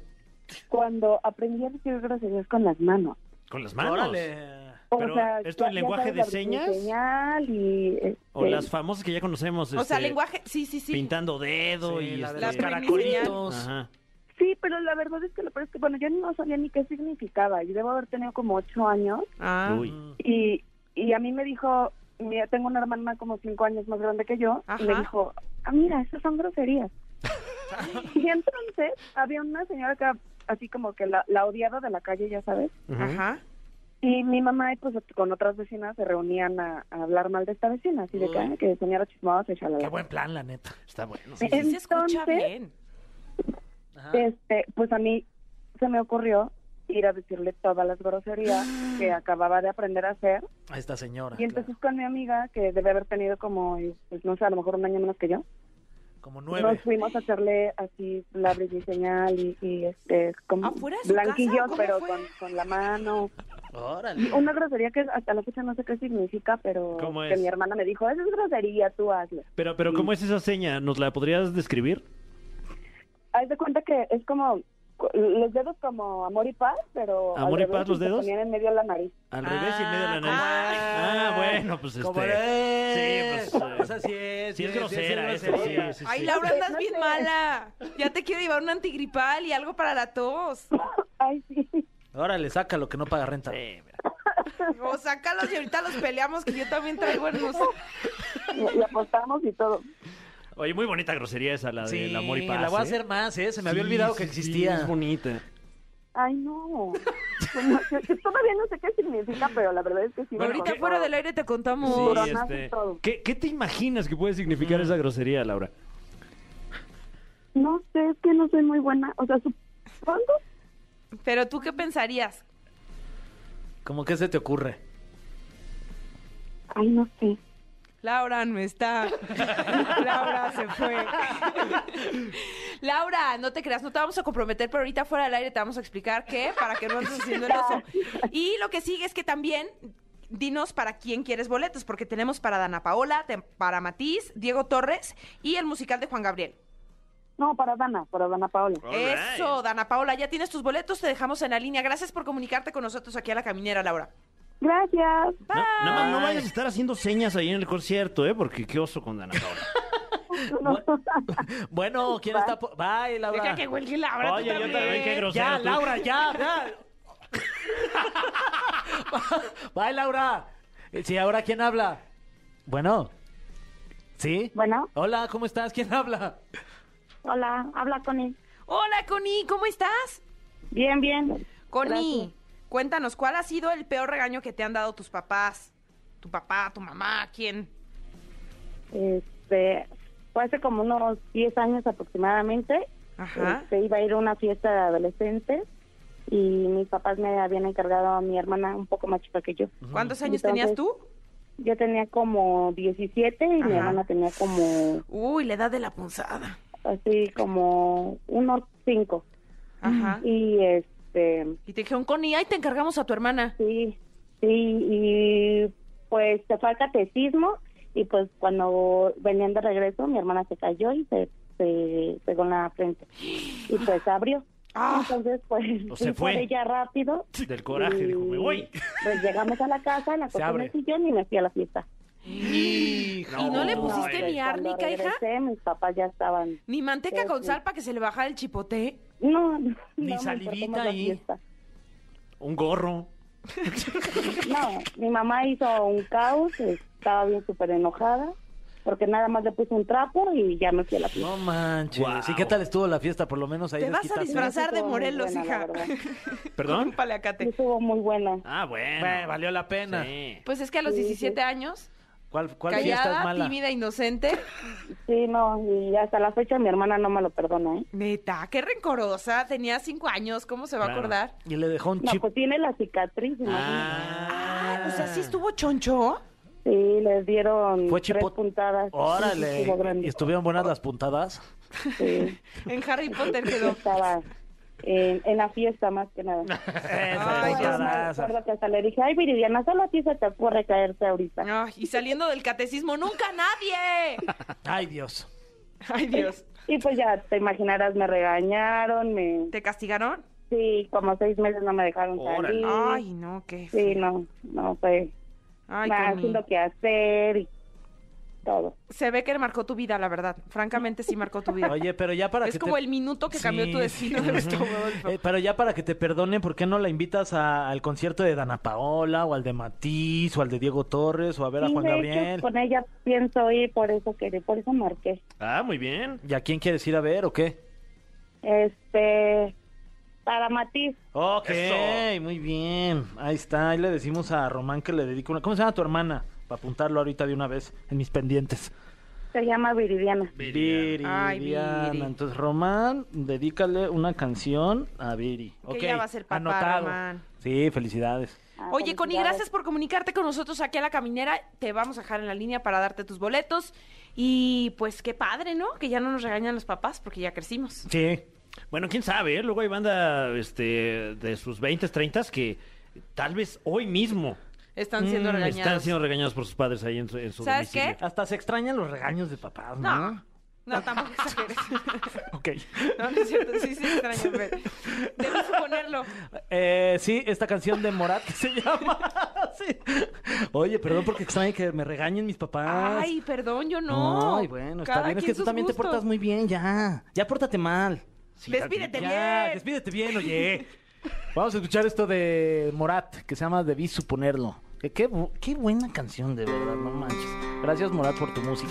[SPEAKER 8] cuando aprendí a decir groserías con las manos.
[SPEAKER 3] Con las manos.
[SPEAKER 5] Órale.
[SPEAKER 8] O
[SPEAKER 3] Pero, ¿esto en lenguaje
[SPEAKER 8] sabes,
[SPEAKER 3] de
[SPEAKER 8] abrir mi
[SPEAKER 3] señas?
[SPEAKER 8] señal y, este,
[SPEAKER 3] O las famosas que ya conocemos.
[SPEAKER 2] O sea,
[SPEAKER 3] este,
[SPEAKER 2] lenguaje, sí, sí, sí.
[SPEAKER 3] Pintando dedo
[SPEAKER 5] Sí,
[SPEAKER 3] y
[SPEAKER 5] la de
[SPEAKER 3] este,
[SPEAKER 2] Las
[SPEAKER 5] los caracolitos.
[SPEAKER 3] Ajá.
[SPEAKER 8] Sí, pero la verdad es que lo peor es que, bueno, yo no sabía ni qué significaba. Yo debo haber tenido como ocho años
[SPEAKER 2] Ah.
[SPEAKER 3] Uy.
[SPEAKER 8] y, y a mí me dijo mi- tengo una hermana como cinco años más grande que yo y me
[SPEAKER 2] Ajá.
[SPEAKER 8] dijo, ah, mira, esas
[SPEAKER 3] <laughs>
[SPEAKER 8] son groserías. y entonces había una señora que así como que la, la odiaba de la calle, ya sabes.
[SPEAKER 2] Ajá.
[SPEAKER 8] Y mi mamá, pues con otras vecinas se reunían a, a hablar mal de esta vecina, así de que, "Ay, que señora chismosa y
[SPEAKER 5] Qué
[SPEAKER 8] shalala".
[SPEAKER 5] buen plan, la neta. Está bueno.
[SPEAKER 2] Sí, sí se escucha
[SPEAKER 8] Entonces,
[SPEAKER 2] bien.
[SPEAKER 8] Este, pues a mí se me ocurrió ir a decirle todas las groserías
[SPEAKER 2] <gasps>
[SPEAKER 8] que acababa de aprender a hacer.
[SPEAKER 5] A esta
[SPEAKER 2] Ah,
[SPEAKER 5] señora.
[SPEAKER 8] Y entonces con mi amiga, que debe haber tenido como, pues no sé, a lo mejor un año menos que yo,
[SPEAKER 5] claro. Como
[SPEAKER 8] nos
[SPEAKER 5] nueve.
[SPEAKER 8] fuimos a hacerle así la y señal y, y, este, como
[SPEAKER 2] ¿Afuera de su casa?
[SPEAKER 8] blanquillos,
[SPEAKER 2] ¿Cómo
[SPEAKER 8] pero
[SPEAKER 2] fue?
[SPEAKER 8] con, con la mano.
[SPEAKER 5] Órale.
[SPEAKER 8] Una grosería que hasta la fecha no sé qué significa, pero
[SPEAKER 3] ¿Cómo
[SPEAKER 8] que
[SPEAKER 3] es?
[SPEAKER 8] mi hermana me dijo, esa es grosería, tú hazlo.
[SPEAKER 3] Pero, pero ¿cómo es esa seña? ¿Nos la podrías describir?
[SPEAKER 8] Haz de cuenta que es como cu- los dedos como amor y paz, pero... al
[SPEAKER 3] ¿Amor y
[SPEAKER 8] revés
[SPEAKER 3] paz los
[SPEAKER 8] se
[SPEAKER 3] dedos?
[SPEAKER 8] ponían en medio de la nariz.
[SPEAKER 3] Al revés y en medio de la nariz.
[SPEAKER 5] Ah,
[SPEAKER 3] Ah,
[SPEAKER 5] como-
[SPEAKER 3] bueno, pues
[SPEAKER 5] Como
[SPEAKER 3] este.
[SPEAKER 5] es.
[SPEAKER 3] Sí, pues, eh,
[SPEAKER 5] Esa sí es.
[SPEAKER 3] Sí, es
[SPEAKER 5] sí
[SPEAKER 3] grosera,
[SPEAKER 5] es
[SPEAKER 3] eso sí,
[SPEAKER 5] grosera.
[SPEAKER 3] sí,
[SPEAKER 2] Ay,
[SPEAKER 3] sí.
[SPEAKER 2] Laura, andas
[SPEAKER 8] No
[SPEAKER 2] bien
[SPEAKER 8] sé.
[SPEAKER 2] mala. Ya te quiero llevar un antigripal y algo para la tos.
[SPEAKER 8] Ay, sí. <laughs>
[SPEAKER 5] Órale, saca lo que no paga renta.
[SPEAKER 3] Sí, mira.
[SPEAKER 2] O sácalos y ahorita los peleamos, que yo también traigo hermosa.
[SPEAKER 8] Y y apostamos y todo.
[SPEAKER 3] Oye, muy bonita grosería esa, la
[SPEAKER 5] Sí,
[SPEAKER 3] del amor y paz.
[SPEAKER 5] la voy a
[SPEAKER 3] ¿eh?
[SPEAKER 5] hacer más, ¿eh? Se me había
[SPEAKER 3] Sí,
[SPEAKER 5] olvidado que
[SPEAKER 3] sí, sí,
[SPEAKER 5] existía.
[SPEAKER 3] es bonita.
[SPEAKER 8] Ay, no. Bueno, yo- yo todavía no sé qué significa, pero la verdad es que sí. me
[SPEAKER 2] ahorita
[SPEAKER 8] costó.
[SPEAKER 2] fuera del aire te contamos.
[SPEAKER 3] Sí,
[SPEAKER 8] Puronas y
[SPEAKER 3] este.
[SPEAKER 8] todo.
[SPEAKER 3] ¿Qué, qué te imaginas que puede significar esa grosería, Laura?
[SPEAKER 8] No sé, es que no soy muy buena. O sea, supongo.
[SPEAKER 2] Pero tú qué pensarías?
[SPEAKER 5] ¿Cómo que se te ocurre?
[SPEAKER 8] Ay, no sé.
[SPEAKER 2] Laura no
[SPEAKER 3] <laughs>
[SPEAKER 2] está. Laura se fue. Laura, no te creas, no te vamos a comprometer, pero ahorita fuera del aire te vamos a explicar qué, para que no andes haciendo el
[SPEAKER 3] <laughs>
[SPEAKER 2] oso. Y lo que sigue es que también dinos para quién quieres boletos, porque tenemos para Dana Paola, te- para Matiz, Diego Torres y el musical de Juan Gabriel.
[SPEAKER 8] No, para Dana, para Dana Paola.
[SPEAKER 2] Eso, Dana Paola, ya tienes tus boletos, te dejamos en la línea. Gracias por comunicarte con nosotros aquí a la caminera, Laura.
[SPEAKER 8] Gracias.
[SPEAKER 3] No,
[SPEAKER 2] Ah.
[SPEAKER 3] nada más no vayas a estar haciendo señas ahí en el concierto, ¿eh? Porque qué oso con Dana Paola.
[SPEAKER 2] <laughs>
[SPEAKER 8] No.
[SPEAKER 5] Bueno, ¿quién está? por- Bye, Laura.
[SPEAKER 2] Deja que huelgue Laura.
[SPEAKER 3] Oye,
[SPEAKER 2] tú
[SPEAKER 3] yo también, qué grosera
[SPEAKER 5] Ya,
[SPEAKER 3] tú.
[SPEAKER 5] Laura,
[SPEAKER 3] <laughs>
[SPEAKER 5] ya, ya. Bye, Laura. Sí, ahora quién habla. Bueno. ¿Sí?
[SPEAKER 9] Bueno,
[SPEAKER 5] Hola, ¿cómo estás? ¿Quién habla?
[SPEAKER 9] hola, habla Connie.
[SPEAKER 2] Hola, Connie, ¿cómo estás?
[SPEAKER 9] Bien, bien.
[SPEAKER 2] Connie, cuéntanos, ¿cuál ha sido el peor regaño que te han dado tus papás? Tu papá, tu mamá, ¿quién?
[SPEAKER 9] Este, fue hace como unos 10 años aproximadamente.
[SPEAKER 2] Ajá.
[SPEAKER 9] Este, iba a ir a una fiesta de adolescentes y mis papás me habían encargado a mi hermana un poco más chica que yo.
[SPEAKER 2] ¿Cuántos años tenías tú?
[SPEAKER 9] Yo tenía como 17 y mi
[SPEAKER 2] Ajá.
[SPEAKER 9] hermana tenía como,
[SPEAKER 2] Uy, la edad de la punzada.
[SPEAKER 9] así como unos 5.
[SPEAKER 2] Ajá.
[SPEAKER 9] Y este,
[SPEAKER 2] Y te dijeron, Connie, ahí te encargamos a tu hermana.
[SPEAKER 9] Sí, sí, y pues se fue al catecismo y pues cuando venían de regreso mi hermana se cayó y se, se pegó en la frente y pues abrió.
[SPEAKER 2] Ah.
[SPEAKER 9] Entonces pues
[SPEAKER 3] <laughs> O se
[SPEAKER 9] fui por
[SPEAKER 3] fue.
[SPEAKER 9] ella rápido.
[SPEAKER 3] Del coraje,
[SPEAKER 9] y,
[SPEAKER 3] dijo, me voy.
[SPEAKER 9] Pues llegamos a la casa, la acosté en
[SPEAKER 5] abre.
[SPEAKER 9] el sillón y me fui a la fiesta.
[SPEAKER 2] ¿Y no le pusiste
[SPEAKER 9] No,
[SPEAKER 2] ni
[SPEAKER 9] pues, cuando
[SPEAKER 2] árnica, hija?
[SPEAKER 9] regresé, mis papás ya estaban...
[SPEAKER 2] ¿Ni manteca
[SPEAKER 9] Sí,
[SPEAKER 2] con
[SPEAKER 9] sí.
[SPEAKER 2] sal para que se le bajara el chipote?
[SPEAKER 9] No, <laughs> no,
[SPEAKER 5] Ni
[SPEAKER 9] me
[SPEAKER 5] salivita
[SPEAKER 9] importó más la
[SPEAKER 5] ahí.
[SPEAKER 9] fiesta.
[SPEAKER 5] Un gorro.
[SPEAKER 9] No, mi mamá hizo un caos, estaba bien súper enojada, porque nada más le puse un trapo y ya me fui a la fiesta.
[SPEAKER 5] No manches.
[SPEAKER 3] Guau.
[SPEAKER 5] ¿Y qué tal estuvo la fiesta? Por lo menos ahí
[SPEAKER 2] Te vas a
[SPEAKER 5] desquitaste.
[SPEAKER 2] disfrazar de
[SPEAKER 9] Estuvo muy
[SPEAKER 2] Morelos,
[SPEAKER 9] buena,
[SPEAKER 2] hija.
[SPEAKER 9] la
[SPEAKER 2] <laughs>
[SPEAKER 9] verdad.
[SPEAKER 3] ¿Perdón?
[SPEAKER 2] Un paleacate.
[SPEAKER 9] Estuvo muy buena.
[SPEAKER 3] Ah, bueno.
[SPEAKER 5] Bueno, valió la pena.
[SPEAKER 3] Sí.
[SPEAKER 2] Pues es que a los 17 años,
[SPEAKER 5] ¿Cuál, cuál fiesta es
[SPEAKER 2] callada,
[SPEAKER 5] mala?
[SPEAKER 2] tímida, inocente.
[SPEAKER 9] Sí, no, y hasta la fecha mi hermana no me lo perdona, ¿eh?
[SPEAKER 2] Neta, qué rencorosa. Tenía 5 años, ¿cómo se va
[SPEAKER 3] Claro.
[SPEAKER 2] a acordar?
[SPEAKER 5] Y le dejó un
[SPEAKER 9] No,
[SPEAKER 5] chip.
[SPEAKER 9] pues tiene la cicatriz, imagínate.
[SPEAKER 2] Ah, o sea, sí estuvo choncho.
[SPEAKER 9] Sí, les dieron
[SPEAKER 5] Fue
[SPEAKER 9] tres
[SPEAKER 5] chipote.
[SPEAKER 9] puntadas. Sí, sí,
[SPEAKER 5] Órale.
[SPEAKER 9] estuvo grande.
[SPEAKER 5] ¿Y estuvieron buenas las <laughs> puntadas?
[SPEAKER 9] Sí,
[SPEAKER 2] En Harry Potter
[SPEAKER 9] yo
[SPEAKER 2] quedó.
[SPEAKER 9] estaba en, en la fiesta más que nada.
[SPEAKER 5] Esa
[SPEAKER 2] Ay,
[SPEAKER 9] Yo me
[SPEAKER 5] puntadaza.
[SPEAKER 9] acuerdo que hasta le dije, ay, Viridiana, solo a ti se te ocurre caerte ahorita.
[SPEAKER 2] Ay, y saliendo del catecismo, nunca nadie.
[SPEAKER 5] Ay, Dios.
[SPEAKER 2] <laughs> Ay, Dios.
[SPEAKER 9] Y pues ya te imaginarás, me regañaron, me...
[SPEAKER 2] ¿Te castigaron?
[SPEAKER 9] Sí, como seis meses no me dejaron
[SPEAKER 3] Órale.
[SPEAKER 9] salir.
[SPEAKER 2] Ay, no, qué.
[SPEAKER 9] Sí, no, no fue
[SPEAKER 2] Ay,
[SPEAKER 9] nada,
[SPEAKER 2] Connie.
[SPEAKER 9] haciendo que hacer. Y, todo.
[SPEAKER 2] Se ve que marcó tu vida, la verdad. Francamente, sí marcó tu vida.
[SPEAKER 5] Oye, pero ya para
[SPEAKER 2] es
[SPEAKER 5] que
[SPEAKER 2] como
[SPEAKER 5] te-
[SPEAKER 2] el minuto que cambió
[SPEAKER 5] Sí,
[SPEAKER 2] tu destino
[SPEAKER 5] sí.
[SPEAKER 2] de Gustavo Adolfo.
[SPEAKER 5] Eh, pero ya para que te perdonen, ¿por qué no la invitas a- al concierto de Dana Paola o al de Matiz o al de Diego Torres o a ver a
[SPEAKER 9] Sí,
[SPEAKER 5] Juan
[SPEAKER 9] de hecho,
[SPEAKER 5] Gabriel?
[SPEAKER 9] con ella pienso ir, por eso que por eso marqué.
[SPEAKER 3] Ah, muy bien.
[SPEAKER 5] ¿Y a quién quieres ir a ver o qué?
[SPEAKER 9] Este, para Matiz,
[SPEAKER 5] Ok,
[SPEAKER 7] Eso.
[SPEAKER 5] muy bien. Ahí está. Ahí le decimos a Román que le dedico una. ¿Cómo se llama tu hermana? Para apuntarlo ahorita de una vez en mis pendientes.
[SPEAKER 9] se llama Viridiana.
[SPEAKER 5] Viridiana.
[SPEAKER 2] Ay, Viri.
[SPEAKER 5] Entonces, Román, dedícale una canción a Viri.
[SPEAKER 2] Que
[SPEAKER 5] Ok,
[SPEAKER 2] ya va a ser papá,
[SPEAKER 5] anotado.
[SPEAKER 2] Román.
[SPEAKER 5] Sí, felicidades.
[SPEAKER 9] Ah,
[SPEAKER 2] Oye, Connie, gracias
[SPEAKER 9] felicidades.
[SPEAKER 2] por comunicarte con nosotros aquí a la caminera. Te vamos a dejar en la línea para darte tus boletos. Y pues qué padre, ¿no? Que ya no nos regañan los papás porque ya crecimos.
[SPEAKER 5] Sí.
[SPEAKER 3] Bueno, quién sabe, ¿eh? Luego hay banda este, de sus 20, 30 que tal vez hoy mismo
[SPEAKER 2] Están siendo
[SPEAKER 3] mm,
[SPEAKER 2] regañados.
[SPEAKER 3] están siendo regañados por sus padres ahí en su, en su
[SPEAKER 2] ¿Sabes
[SPEAKER 3] domicilio.
[SPEAKER 2] qué?
[SPEAKER 5] Hasta se extrañan los regaños de papás, ¿no?
[SPEAKER 2] No, no, tampoco exageres. <laughs>
[SPEAKER 5] Ok.
[SPEAKER 2] No, no es cierto. Sí, sí,
[SPEAKER 5] <laughs>
[SPEAKER 2] extraño. pero Debes suponerlo.
[SPEAKER 5] Eh, sí, esta canción de Morat que se llama. <laughs> Sí. Oye, perdón porque extraña que me regañen mis papás.
[SPEAKER 2] Ay, perdón, yo no.
[SPEAKER 5] Ah, Ay, bueno, está
[SPEAKER 2] Cada
[SPEAKER 5] bien. Es que
[SPEAKER 2] quien
[SPEAKER 5] tú
[SPEAKER 2] sus
[SPEAKER 5] también te
[SPEAKER 2] gustos.
[SPEAKER 5] portas muy bien, ya. Ya pórtate mal.
[SPEAKER 2] Despídete
[SPEAKER 5] Ya,
[SPEAKER 2] bien.
[SPEAKER 5] despídete bien,
[SPEAKER 10] <laughs>
[SPEAKER 5] oye. Vamos a escuchar esto de Morat, que se llama Debí suponerlo. Que Qué, bu- qué buena canción, de verdad, no manches. Gracias, Morat, por tu música.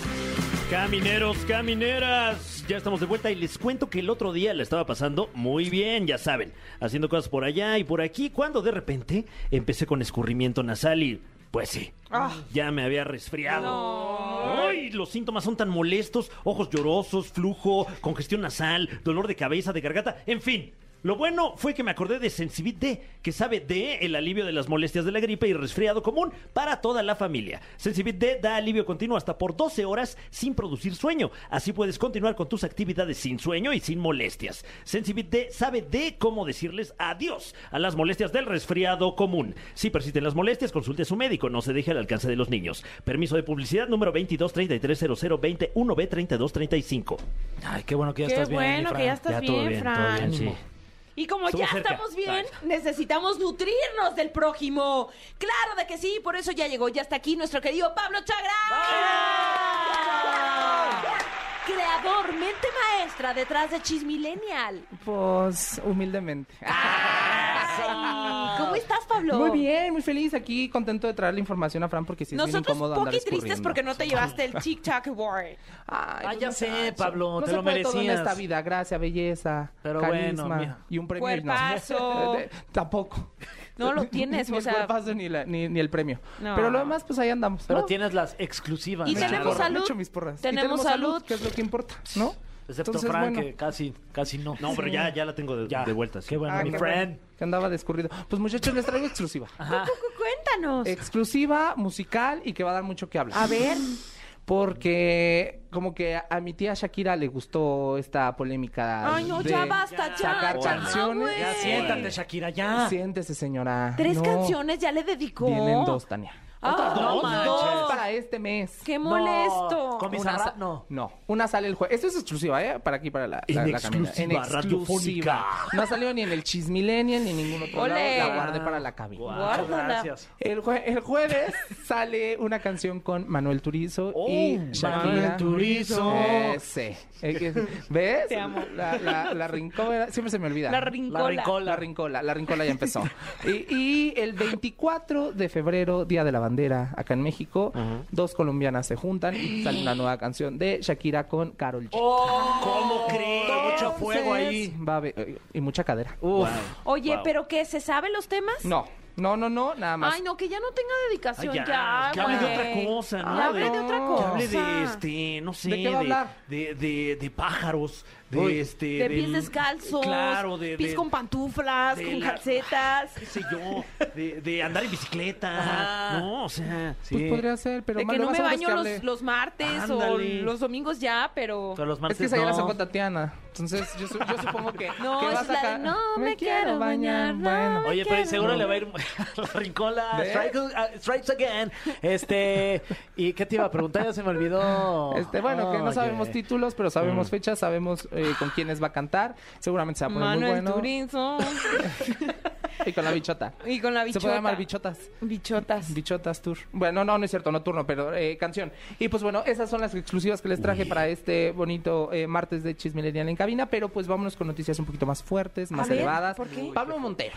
[SPEAKER 3] Camineros, camineras, ya estamos de vuelta y les cuento que el otro día la estaba pasando muy bien, ya saben, haciendo cosas por allá y por aquí, cuando de repente empecé con escurrimiento nasal y pues sí,
[SPEAKER 2] Ah.
[SPEAKER 3] ya me había resfriado.
[SPEAKER 2] No.
[SPEAKER 3] ¡Ay! Los síntomas son tan molestos, ojos llorosos, flujo, congestión nasal, dolor de cabeza, de garganta, en fin. Lo bueno fue que me acordé de Sensibit D, que sabe de el alivio de las molestias de la gripe y resfriado común para toda la familia. Sensibit D da alivio continuo hasta por 12 horas sin producir sueño. Así puedes continuar con tus actividades sin sueño y sin molestias. Sensibit D sabe de cómo decirles adiós a las molestias del resfriado común. Si persisten las molestias, consulte a su médico. No se deje al alcance de los niños. Permiso de publicidad número 22330021B3235.
[SPEAKER 5] Ay, qué bueno que ya
[SPEAKER 2] Qué
[SPEAKER 5] estás bien. mi
[SPEAKER 2] bueno que
[SPEAKER 5] Fran.
[SPEAKER 2] ya estás
[SPEAKER 3] todo
[SPEAKER 2] bien,
[SPEAKER 3] todo
[SPEAKER 2] Fran.
[SPEAKER 3] bien, sí.
[SPEAKER 2] Y como
[SPEAKER 3] Estuvo
[SPEAKER 2] ya
[SPEAKER 3] cerca.
[SPEAKER 2] estamos bien, necesitamos nutrirnos del prójimo. Claro de que sí, por eso ya llegó, ya está aquí nuestro querido Pablo Chagra. Creador, mente maestra detrás de Chismillennial.
[SPEAKER 10] Pues humildemente.
[SPEAKER 2] Ay, ¿Cómo estás, Pablo?
[SPEAKER 10] Muy bien, muy feliz aquí, contento de traer la información a Fran porque sí es bien
[SPEAKER 2] Nosotros
[SPEAKER 10] incómodo
[SPEAKER 2] poqui
[SPEAKER 10] andar
[SPEAKER 2] tristes
[SPEAKER 10] escurriendo.
[SPEAKER 2] porque no te llevaste el Tic Tac Award.
[SPEAKER 10] Ay,
[SPEAKER 5] Ah,
[SPEAKER 10] pues,
[SPEAKER 5] ya
[SPEAKER 10] no
[SPEAKER 5] sé,
[SPEAKER 10] manches.
[SPEAKER 5] Pablo,
[SPEAKER 10] No
[SPEAKER 5] te
[SPEAKER 10] se
[SPEAKER 5] lo
[SPEAKER 10] puede todo en
[SPEAKER 5] merecías.
[SPEAKER 10] esta vida, gracia, belleza,
[SPEAKER 5] Pero bueno,
[SPEAKER 10] carisma
[SPEAKER 5] mira.
[SPEAKER 10] y un premio. no. <laughs>
[SPEAKER 2] Cuerpazo.
[SPEAKER 10] Eh, Tampoco.
[SPEAKER 2] No lo tienes,
[SPEAKER 10] <laughs> ni
[SPEAKER 2] o
[SPEAKER 10] el
[SPEAKER 2] sea-
[SPEAKER 10] cuerpazo ni, la- ni- ni el premio.
[SPEAKER 2] No.
[SPEAKER 10] Pero lo demás, pues ahí andamos.
[SPEAKER 5] Pero
[SPEAKER 10] ¿no?
[SPEAKER 5] tienes las exclusivas.
[SPEAKER 2] Y
[SPEAKER 5] ¿no?
[SPEAKER 2] tenemos
[SPEAKER 10] Porra, me
[SPEAKER 2] salud.
[SPEAKER 10] echo mis porras. Y
[SPEAKER 2] Tenemos salud.
[SPEAKER 10] que es lo que importa, ¿no?
[SPEAKER 5] Excepto
[SPEAKER 10] Entonces,
[SPEAKER 5] Fran,
[SPEAKER 10] bueno.
[SPEAKER 5] que casi, casi no.
[SPEAKER 3] No, pero ya, ya la tengo de,
[SPEAKER 5] Ya.
[SPEAKER 3] de vuelta. sí.
[SPEAKER 5] Qué bueno,
[SPEAKER 10] Ah,
[SPEAKER 5] mi
[SPEAKER 10] qué
[SPEAKER 5] Fran.
[SPEAKER 10] bueno, que andaba descurrido. Pues muchachos, les traigo exclusiva.
[SPEAKER 2] Cu- Cuéntanos.
[SPEAKER 10] Eh, Exclusiva, musical y que va a dar mucho que hablar.
[SPEAKER 2] A ver.
[SPEAKER 10] Porque como que a- a mi tía Shakira le gustó esta polémica.
[SPEAKER 2] Ay, no,
[SPEAKER 10] de-
[SPEAKER 2] ya basta, ya.
[SPEAKER 10] sacar
[SPEAKER 2] ya,
[SPEAKER 10] canciones.
[SPEAKER 2] güey.
[SPEAKER 5] Ya siéntate, Shakira, ya.
[SPEAKER 10] Siéntese, señora.
[SPEAKER 2] Tres
[SPEAKER 10] No,
[SPEAKER 2] canciones ya le dedicó.
[SPEAKER 10] Vienen dos, Tania.
[SPEAKER 2] Ah,
[SPEAKER 5] dos?
[SPEAKER 10] Dos
[SPEAKER 2] manches.
[SPEAKER 10] para este mes.
[SPEAKER 2] Qué
[SPEAKER 5] No,
[SPEAKER 2] molesto.
[SPEAKER 5] Con
[SPEAKER 10] Una
[SPEAKER 5] Bizarrap,
[SPEAKER 10] sa-
[SPEAKER 5] no.
[SPEAKER 10] No, una sale el jueves. Esto es exclusiva, ¿eh? Para aquí, para la, la,
[SPEAKER 3] En
[SPEAKER 10] la cabina.
[SPEAKER 3] exclusiva radiofónica.
[SPEAKER 10] No salió ni en el Chismilenio ni en ningún otro lado.
[SPEAKER 2] Ole.
[SPEAKER 10] La guardé para la cabina.
[SPEAKER 2] Guárdala.
[SPEAKER 5] Gracias.
[SPEAKER 10] El, jue- el jueves sale una canción con Manuel Turizo
[SPEAKER 3] Oh,
[SPEAKER 10] y Shakira.
[SPEAKER 5] Oh, Manuel Turizo.
[SPEAKER 10] Ese. Eh, que- ¿Ves? Te amo. La, la, la rincola. Siempre se me olvida.
[SPEAKER 2] La rincola.
[SPEAKER 5] La rincola.
[SPEAKER 10] La rincola. La rincola ya empezó. y, y el 24 de febrero, Día de la Bandera, acá en México, dos colombianas se juntan y sale una nueva canción de Shakira con Carol G.
[SPEAKER 5] ¿Cómo crees? Oh, Mucho fuego ahí.
[SPEAKER 10] Va a haber- eh, y mucha cadera.
[SPEAKER 2] Oye, ¿pero qué? ¿Se saben los temas?
[SPEAKER 10] No. No, no, no, nada más.
[SPEAKER 2] Ay, no, que ya no tenga dedicación.
[SPEAKER 3] Ay,
[SPEAKER 2] ya,
[SPEAKER 3] ya, que hable de otra
[SPEAKER 2] güey.
[SPEAKER 3] cosa, ¿no?
[SPEAKER 2] Que hable de
[SPEAKER 10] De-
[SPEAKER 2] otra
[SPEAKER 10] que
[SPEAKER 2] cosa.
[SPEAKER 3] Que hable de este, no sé,
[SPEAKER 10] ¿De qué va a hablar?
[SPEAKER 3] de, de- de pájaros, de
[SPEAKER 5] Uy.
[SPEAKER 3] este,
[SPEAKER 2] De pies
[SPEAKER 3] del-
[SPEAKER 2] descalzos.
[SPEAKER 3] claro, de,
[SPEAKER 2] pies
[SPEAKER 3] de-
[SPEAKER 2] con pantuflas,
[SPEAKER 3] de
[SPEAKER 2] con
[SPEAKER 3] la-
[SPEAKER 2] calcetas.
[SPEAKER 3] qué sé yo, de, de andar en bicicleta,
[SPEAKER 5] Ajá.
[SPEAKER 10] Ah.
[SPEAKER 3] no, o sea,
[SPEAKER 10] Pues podría ser, pero
[SPEAKER 2] de
[SPEAKER 10] más-
[SPEAKER 2] que
[SPEAKER 10] lo
[SPEAKER 2] no
[SPEAKER 10] más
[SPEAKER 2] me
[SPEAKER 10] seguro es
[SPEAKER 2] baño
[SPEAKER 10] que
[SPEAKER 2] los,
[SPEAKER 10] hable-
[SPEAKER 2] los martes
[SPEAKER 3] Ándale.
[SPEAKER 2] o los domingos ya, pero...
[SPEAKER 5] Pero los
[SPEAKER 10] Es
[SPEAKER 5] martes
[SPEAKER 10] que esa ya la sacó
[SPEAKER 5] no.
[SPEAKER 10] Tatiana. Entonces, yo, su- yo supongo que.
[SPEAKER 2] <laughs> No,
[SPEAKER 10] que
[SPEAKER 2] esa
[SPEAKER 10] va a
[SPEAKER 2] es la de
[SPEAKER 10] sacar-
[SPEAKER 2] no me quiero bañar, no me
[SPEAKER 5] Oye, pero
[SPEAKER 2] quiero
[SPEAKER 5] seguro
[SPEAKER 2] bañar.
[SPEAKER 5] le va a ir <laughs> a la rincola.
[SPEAKER 10] ¿Ves?
[SPEAKER 5] Strikes, uh, strikes again.
[SPEAKER 10] <laughs>
[SPEAKER 5] Este, ¿y qué te iba a preguntar? Ya se me olvidó.
[SPEAKER 10] Este, bueno, que no
[SPEAKER 5] Oye.
[SPEAKER 10] sabemos títulos, pero sabemos fechas, Ah, pues, sabemos eh, con quiénes va a cantar. Seguramente se va a poner
[SPEAKER 2] Manuel
[SPEAKER 10] <laughs> muy bueno.
[SPEAKER 2] Turizo.
[SPEAKER 10] <laughs> Y con la bichota.
[SPEAKER 2] Y con la
[SPEAKER 10] Se
[SPEAKER 2] bichota.
[SPEAKER 10] puede llamar bichotas.
[SPEAKER 2] Bichotas.
[SPEAKER 10] Bichotas Tour. Bueno, no, no es cierto, no turno, pero eh, canción. Y pues bueno, esas son las exclusivas que les traje para este bonito eh, martes de Chismilería en cabina, pero pues vámonos con noticias un poquito más fuertes, más
[SPEAKER 2] ver,
[SPEAKER 10] elevadas.
[SPEAKER 2] ¿por qué?
[SPEAKER 10] Pablo Montero.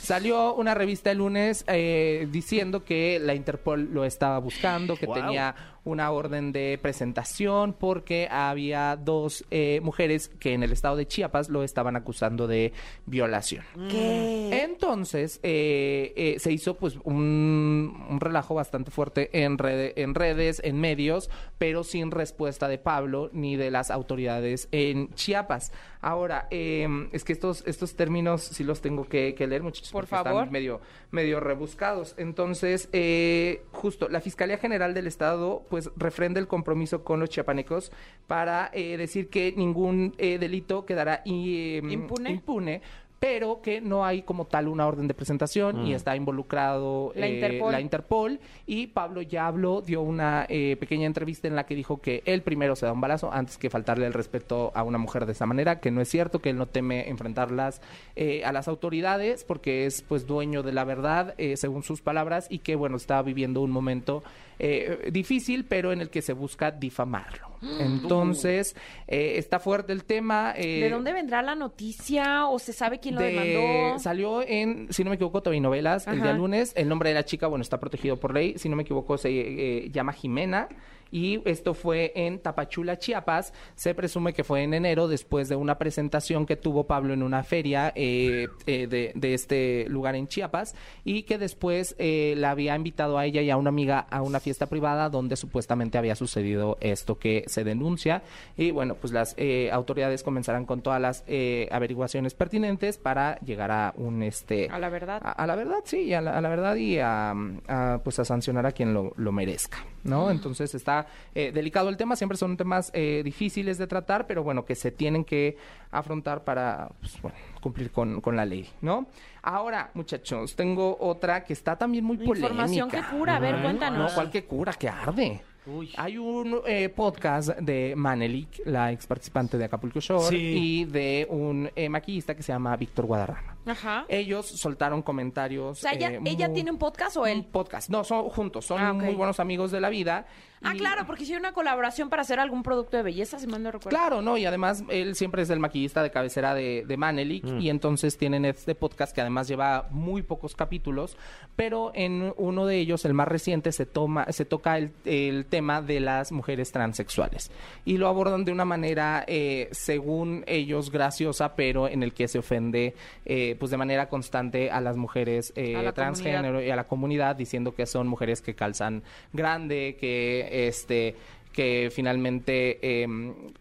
[SPEAKER 10] Salió una revista el lunes eh, diciendo que la Interpol lo estaba buscando, que
[SPEAKER 5] Wow.
[SPEAKER 10] tenía una orden de presentación porque había dos eh, mujeres que en el estado de Chiapas lo estaban acusando de violación.
[SPEAKER 2] ¿Qué?
[SPEAKER 10] Entonces, eh, eh, se hizo pues un, un relajo bastante fuerte en, rede- en redes, en medios, pero sin respuesta de Pablo ni de las autoridades en Chiapas. Ahora, eh, es que estos, estos términos sí los tengo que, que leer, muchachos.
[SPEAKER 2] Por
[SPEAKER 10] porque están
[SPEAKER 2] favor.
[SPEAKER 10] medio, medio rebuscados. Entonces, eh, justo, la Fiscalía General del Estado, pues, refrenda el compromiso con los chiapanecos para eh, decir que ningún eh, delito quedará eh,
[SPEAKER 2] ¿Impune?
[SPEAKER 10] impune, pero que no hay como tal una orden de presentación y está involucrado eh,
[SPEAKER 2] La Interpol.
[SPEAKER 10] la Interpol. Y Pablo ya habló, dio una eh, pequeña entrevista en la que dijo que él primero se da un balazo antes que faltarle el respeto a una mujer de esa manera, que no es cierto, que él no teme enfrentarlas eh, a las autoridades porque es pues dueño de la verdad, eh, según sus palabras, y que bueno, está viviendo un momento eh, difícil, pero en el que se busca difamarlo.
[SPEAKER 2] Mm.
[SPEAKER 10] Entonces, eh, está fuerte el tema. eh,
[SPEAKER 2] ¿De dónde vendrá la noticia? ¿O se sabe quién lo
[SPEAKER 10] de-
[SPEAKER 2] demandó?
[SPEAKER 10] Salió en, si no me equivoco, Novelas el
[SPEAKER 2] Ajá.
[SPEAKER 10] día lunes. El nombre de la chica, bueno, está protegido por ley. Si no me equivoco, se eh, llama Jimena. Y esto fue en Tapachula, Chiapas. Se presume que fue en enero, después de una presentación que tuvo Pablo en una feria eh, eh, de, de este lugar en Chiapas. Y que después eh, la había invitado a ella y a una amiga a una fiesta privada donde supuestamente había sucedido esto que se denuncia. Y bueno, pues las eh, autoridades comenzarán con todas las eh, averiguaciones pertinentes para llegar a un este
[SPEAKER 2] A la verdad.
[SPEAKER 10] a, a la verdad, sí, y a la, a la verdad y a, mm, a, pues a sancionar a quien lo, lo merezca, ¿no? Entonces está eh, delicado el tema, siempre son temas eh, difíciles de tratar, pero bueno, que se tienen que afrontar para pues, bueno, cumplir con, con la ley, ¿no? Ahora, muchachos, tengo otra que está también muy polémica.
[SPEAKER 2] Información que cura, a ver,
[SPEAKER 10] Ujú.
[SPEAKER 2] cuéntanos.
[SPEAKER 10] No, ¿cuál que cura? Que arde. Hay un eh, podcast de Manelik, la ex participante de Acapulco Shore,
[SPEAKER 4] Sí.
[SPEAKER 10] y de un eh, maquillista que se llama Víctor Guadarrama.
[SPEAKER 2] Ajá.
[SPEAKER 10] Ellos soltaron
[SPEAKER 2] O
[SPEAKER 10] comentarios.
[SPEAKER 2] sea, ella,
[SPEAKER 10] eh,
[SPEAKER 2] ella
[SPEAKER 10] muy-
[SPEAKER 2] tiene un podcast o
[SPEAKER 10] un
[SPEAKER 2] él.
[SPEAKER 10] podcast. No, son juntos, son
[SPEAKER 2] Ah, ok.
[SPEAKER 10] muy buenos amigos de la vida.
[SPEAKER 2] Ah,
[SPEAKER 10] y-
[SPEAKER 2] claro, porque hicieron una colaboración para hacer algún producto de belleza, si mal no recuerdo.
[SPEAKER 10] Claro, no, y además él siempre es el maquillista de cabecera de, de Manelik y entonces tienen este podcast que además lleva muy pocos capítulos, pero en uno de ellos, el más reciente, se toma, se toca el, el tema de las mujeres transexuales y lo abordan de una manera, eh, según ellos, graciosa, pero en el que se ofende, eh, pues de manera constante a las mujeres eh,
[SPEAKER 2] A la
[SPEAKER 10] transgénero y a la comunidad diciendo que son mujeres que calzan grande, que este que finalmente eh,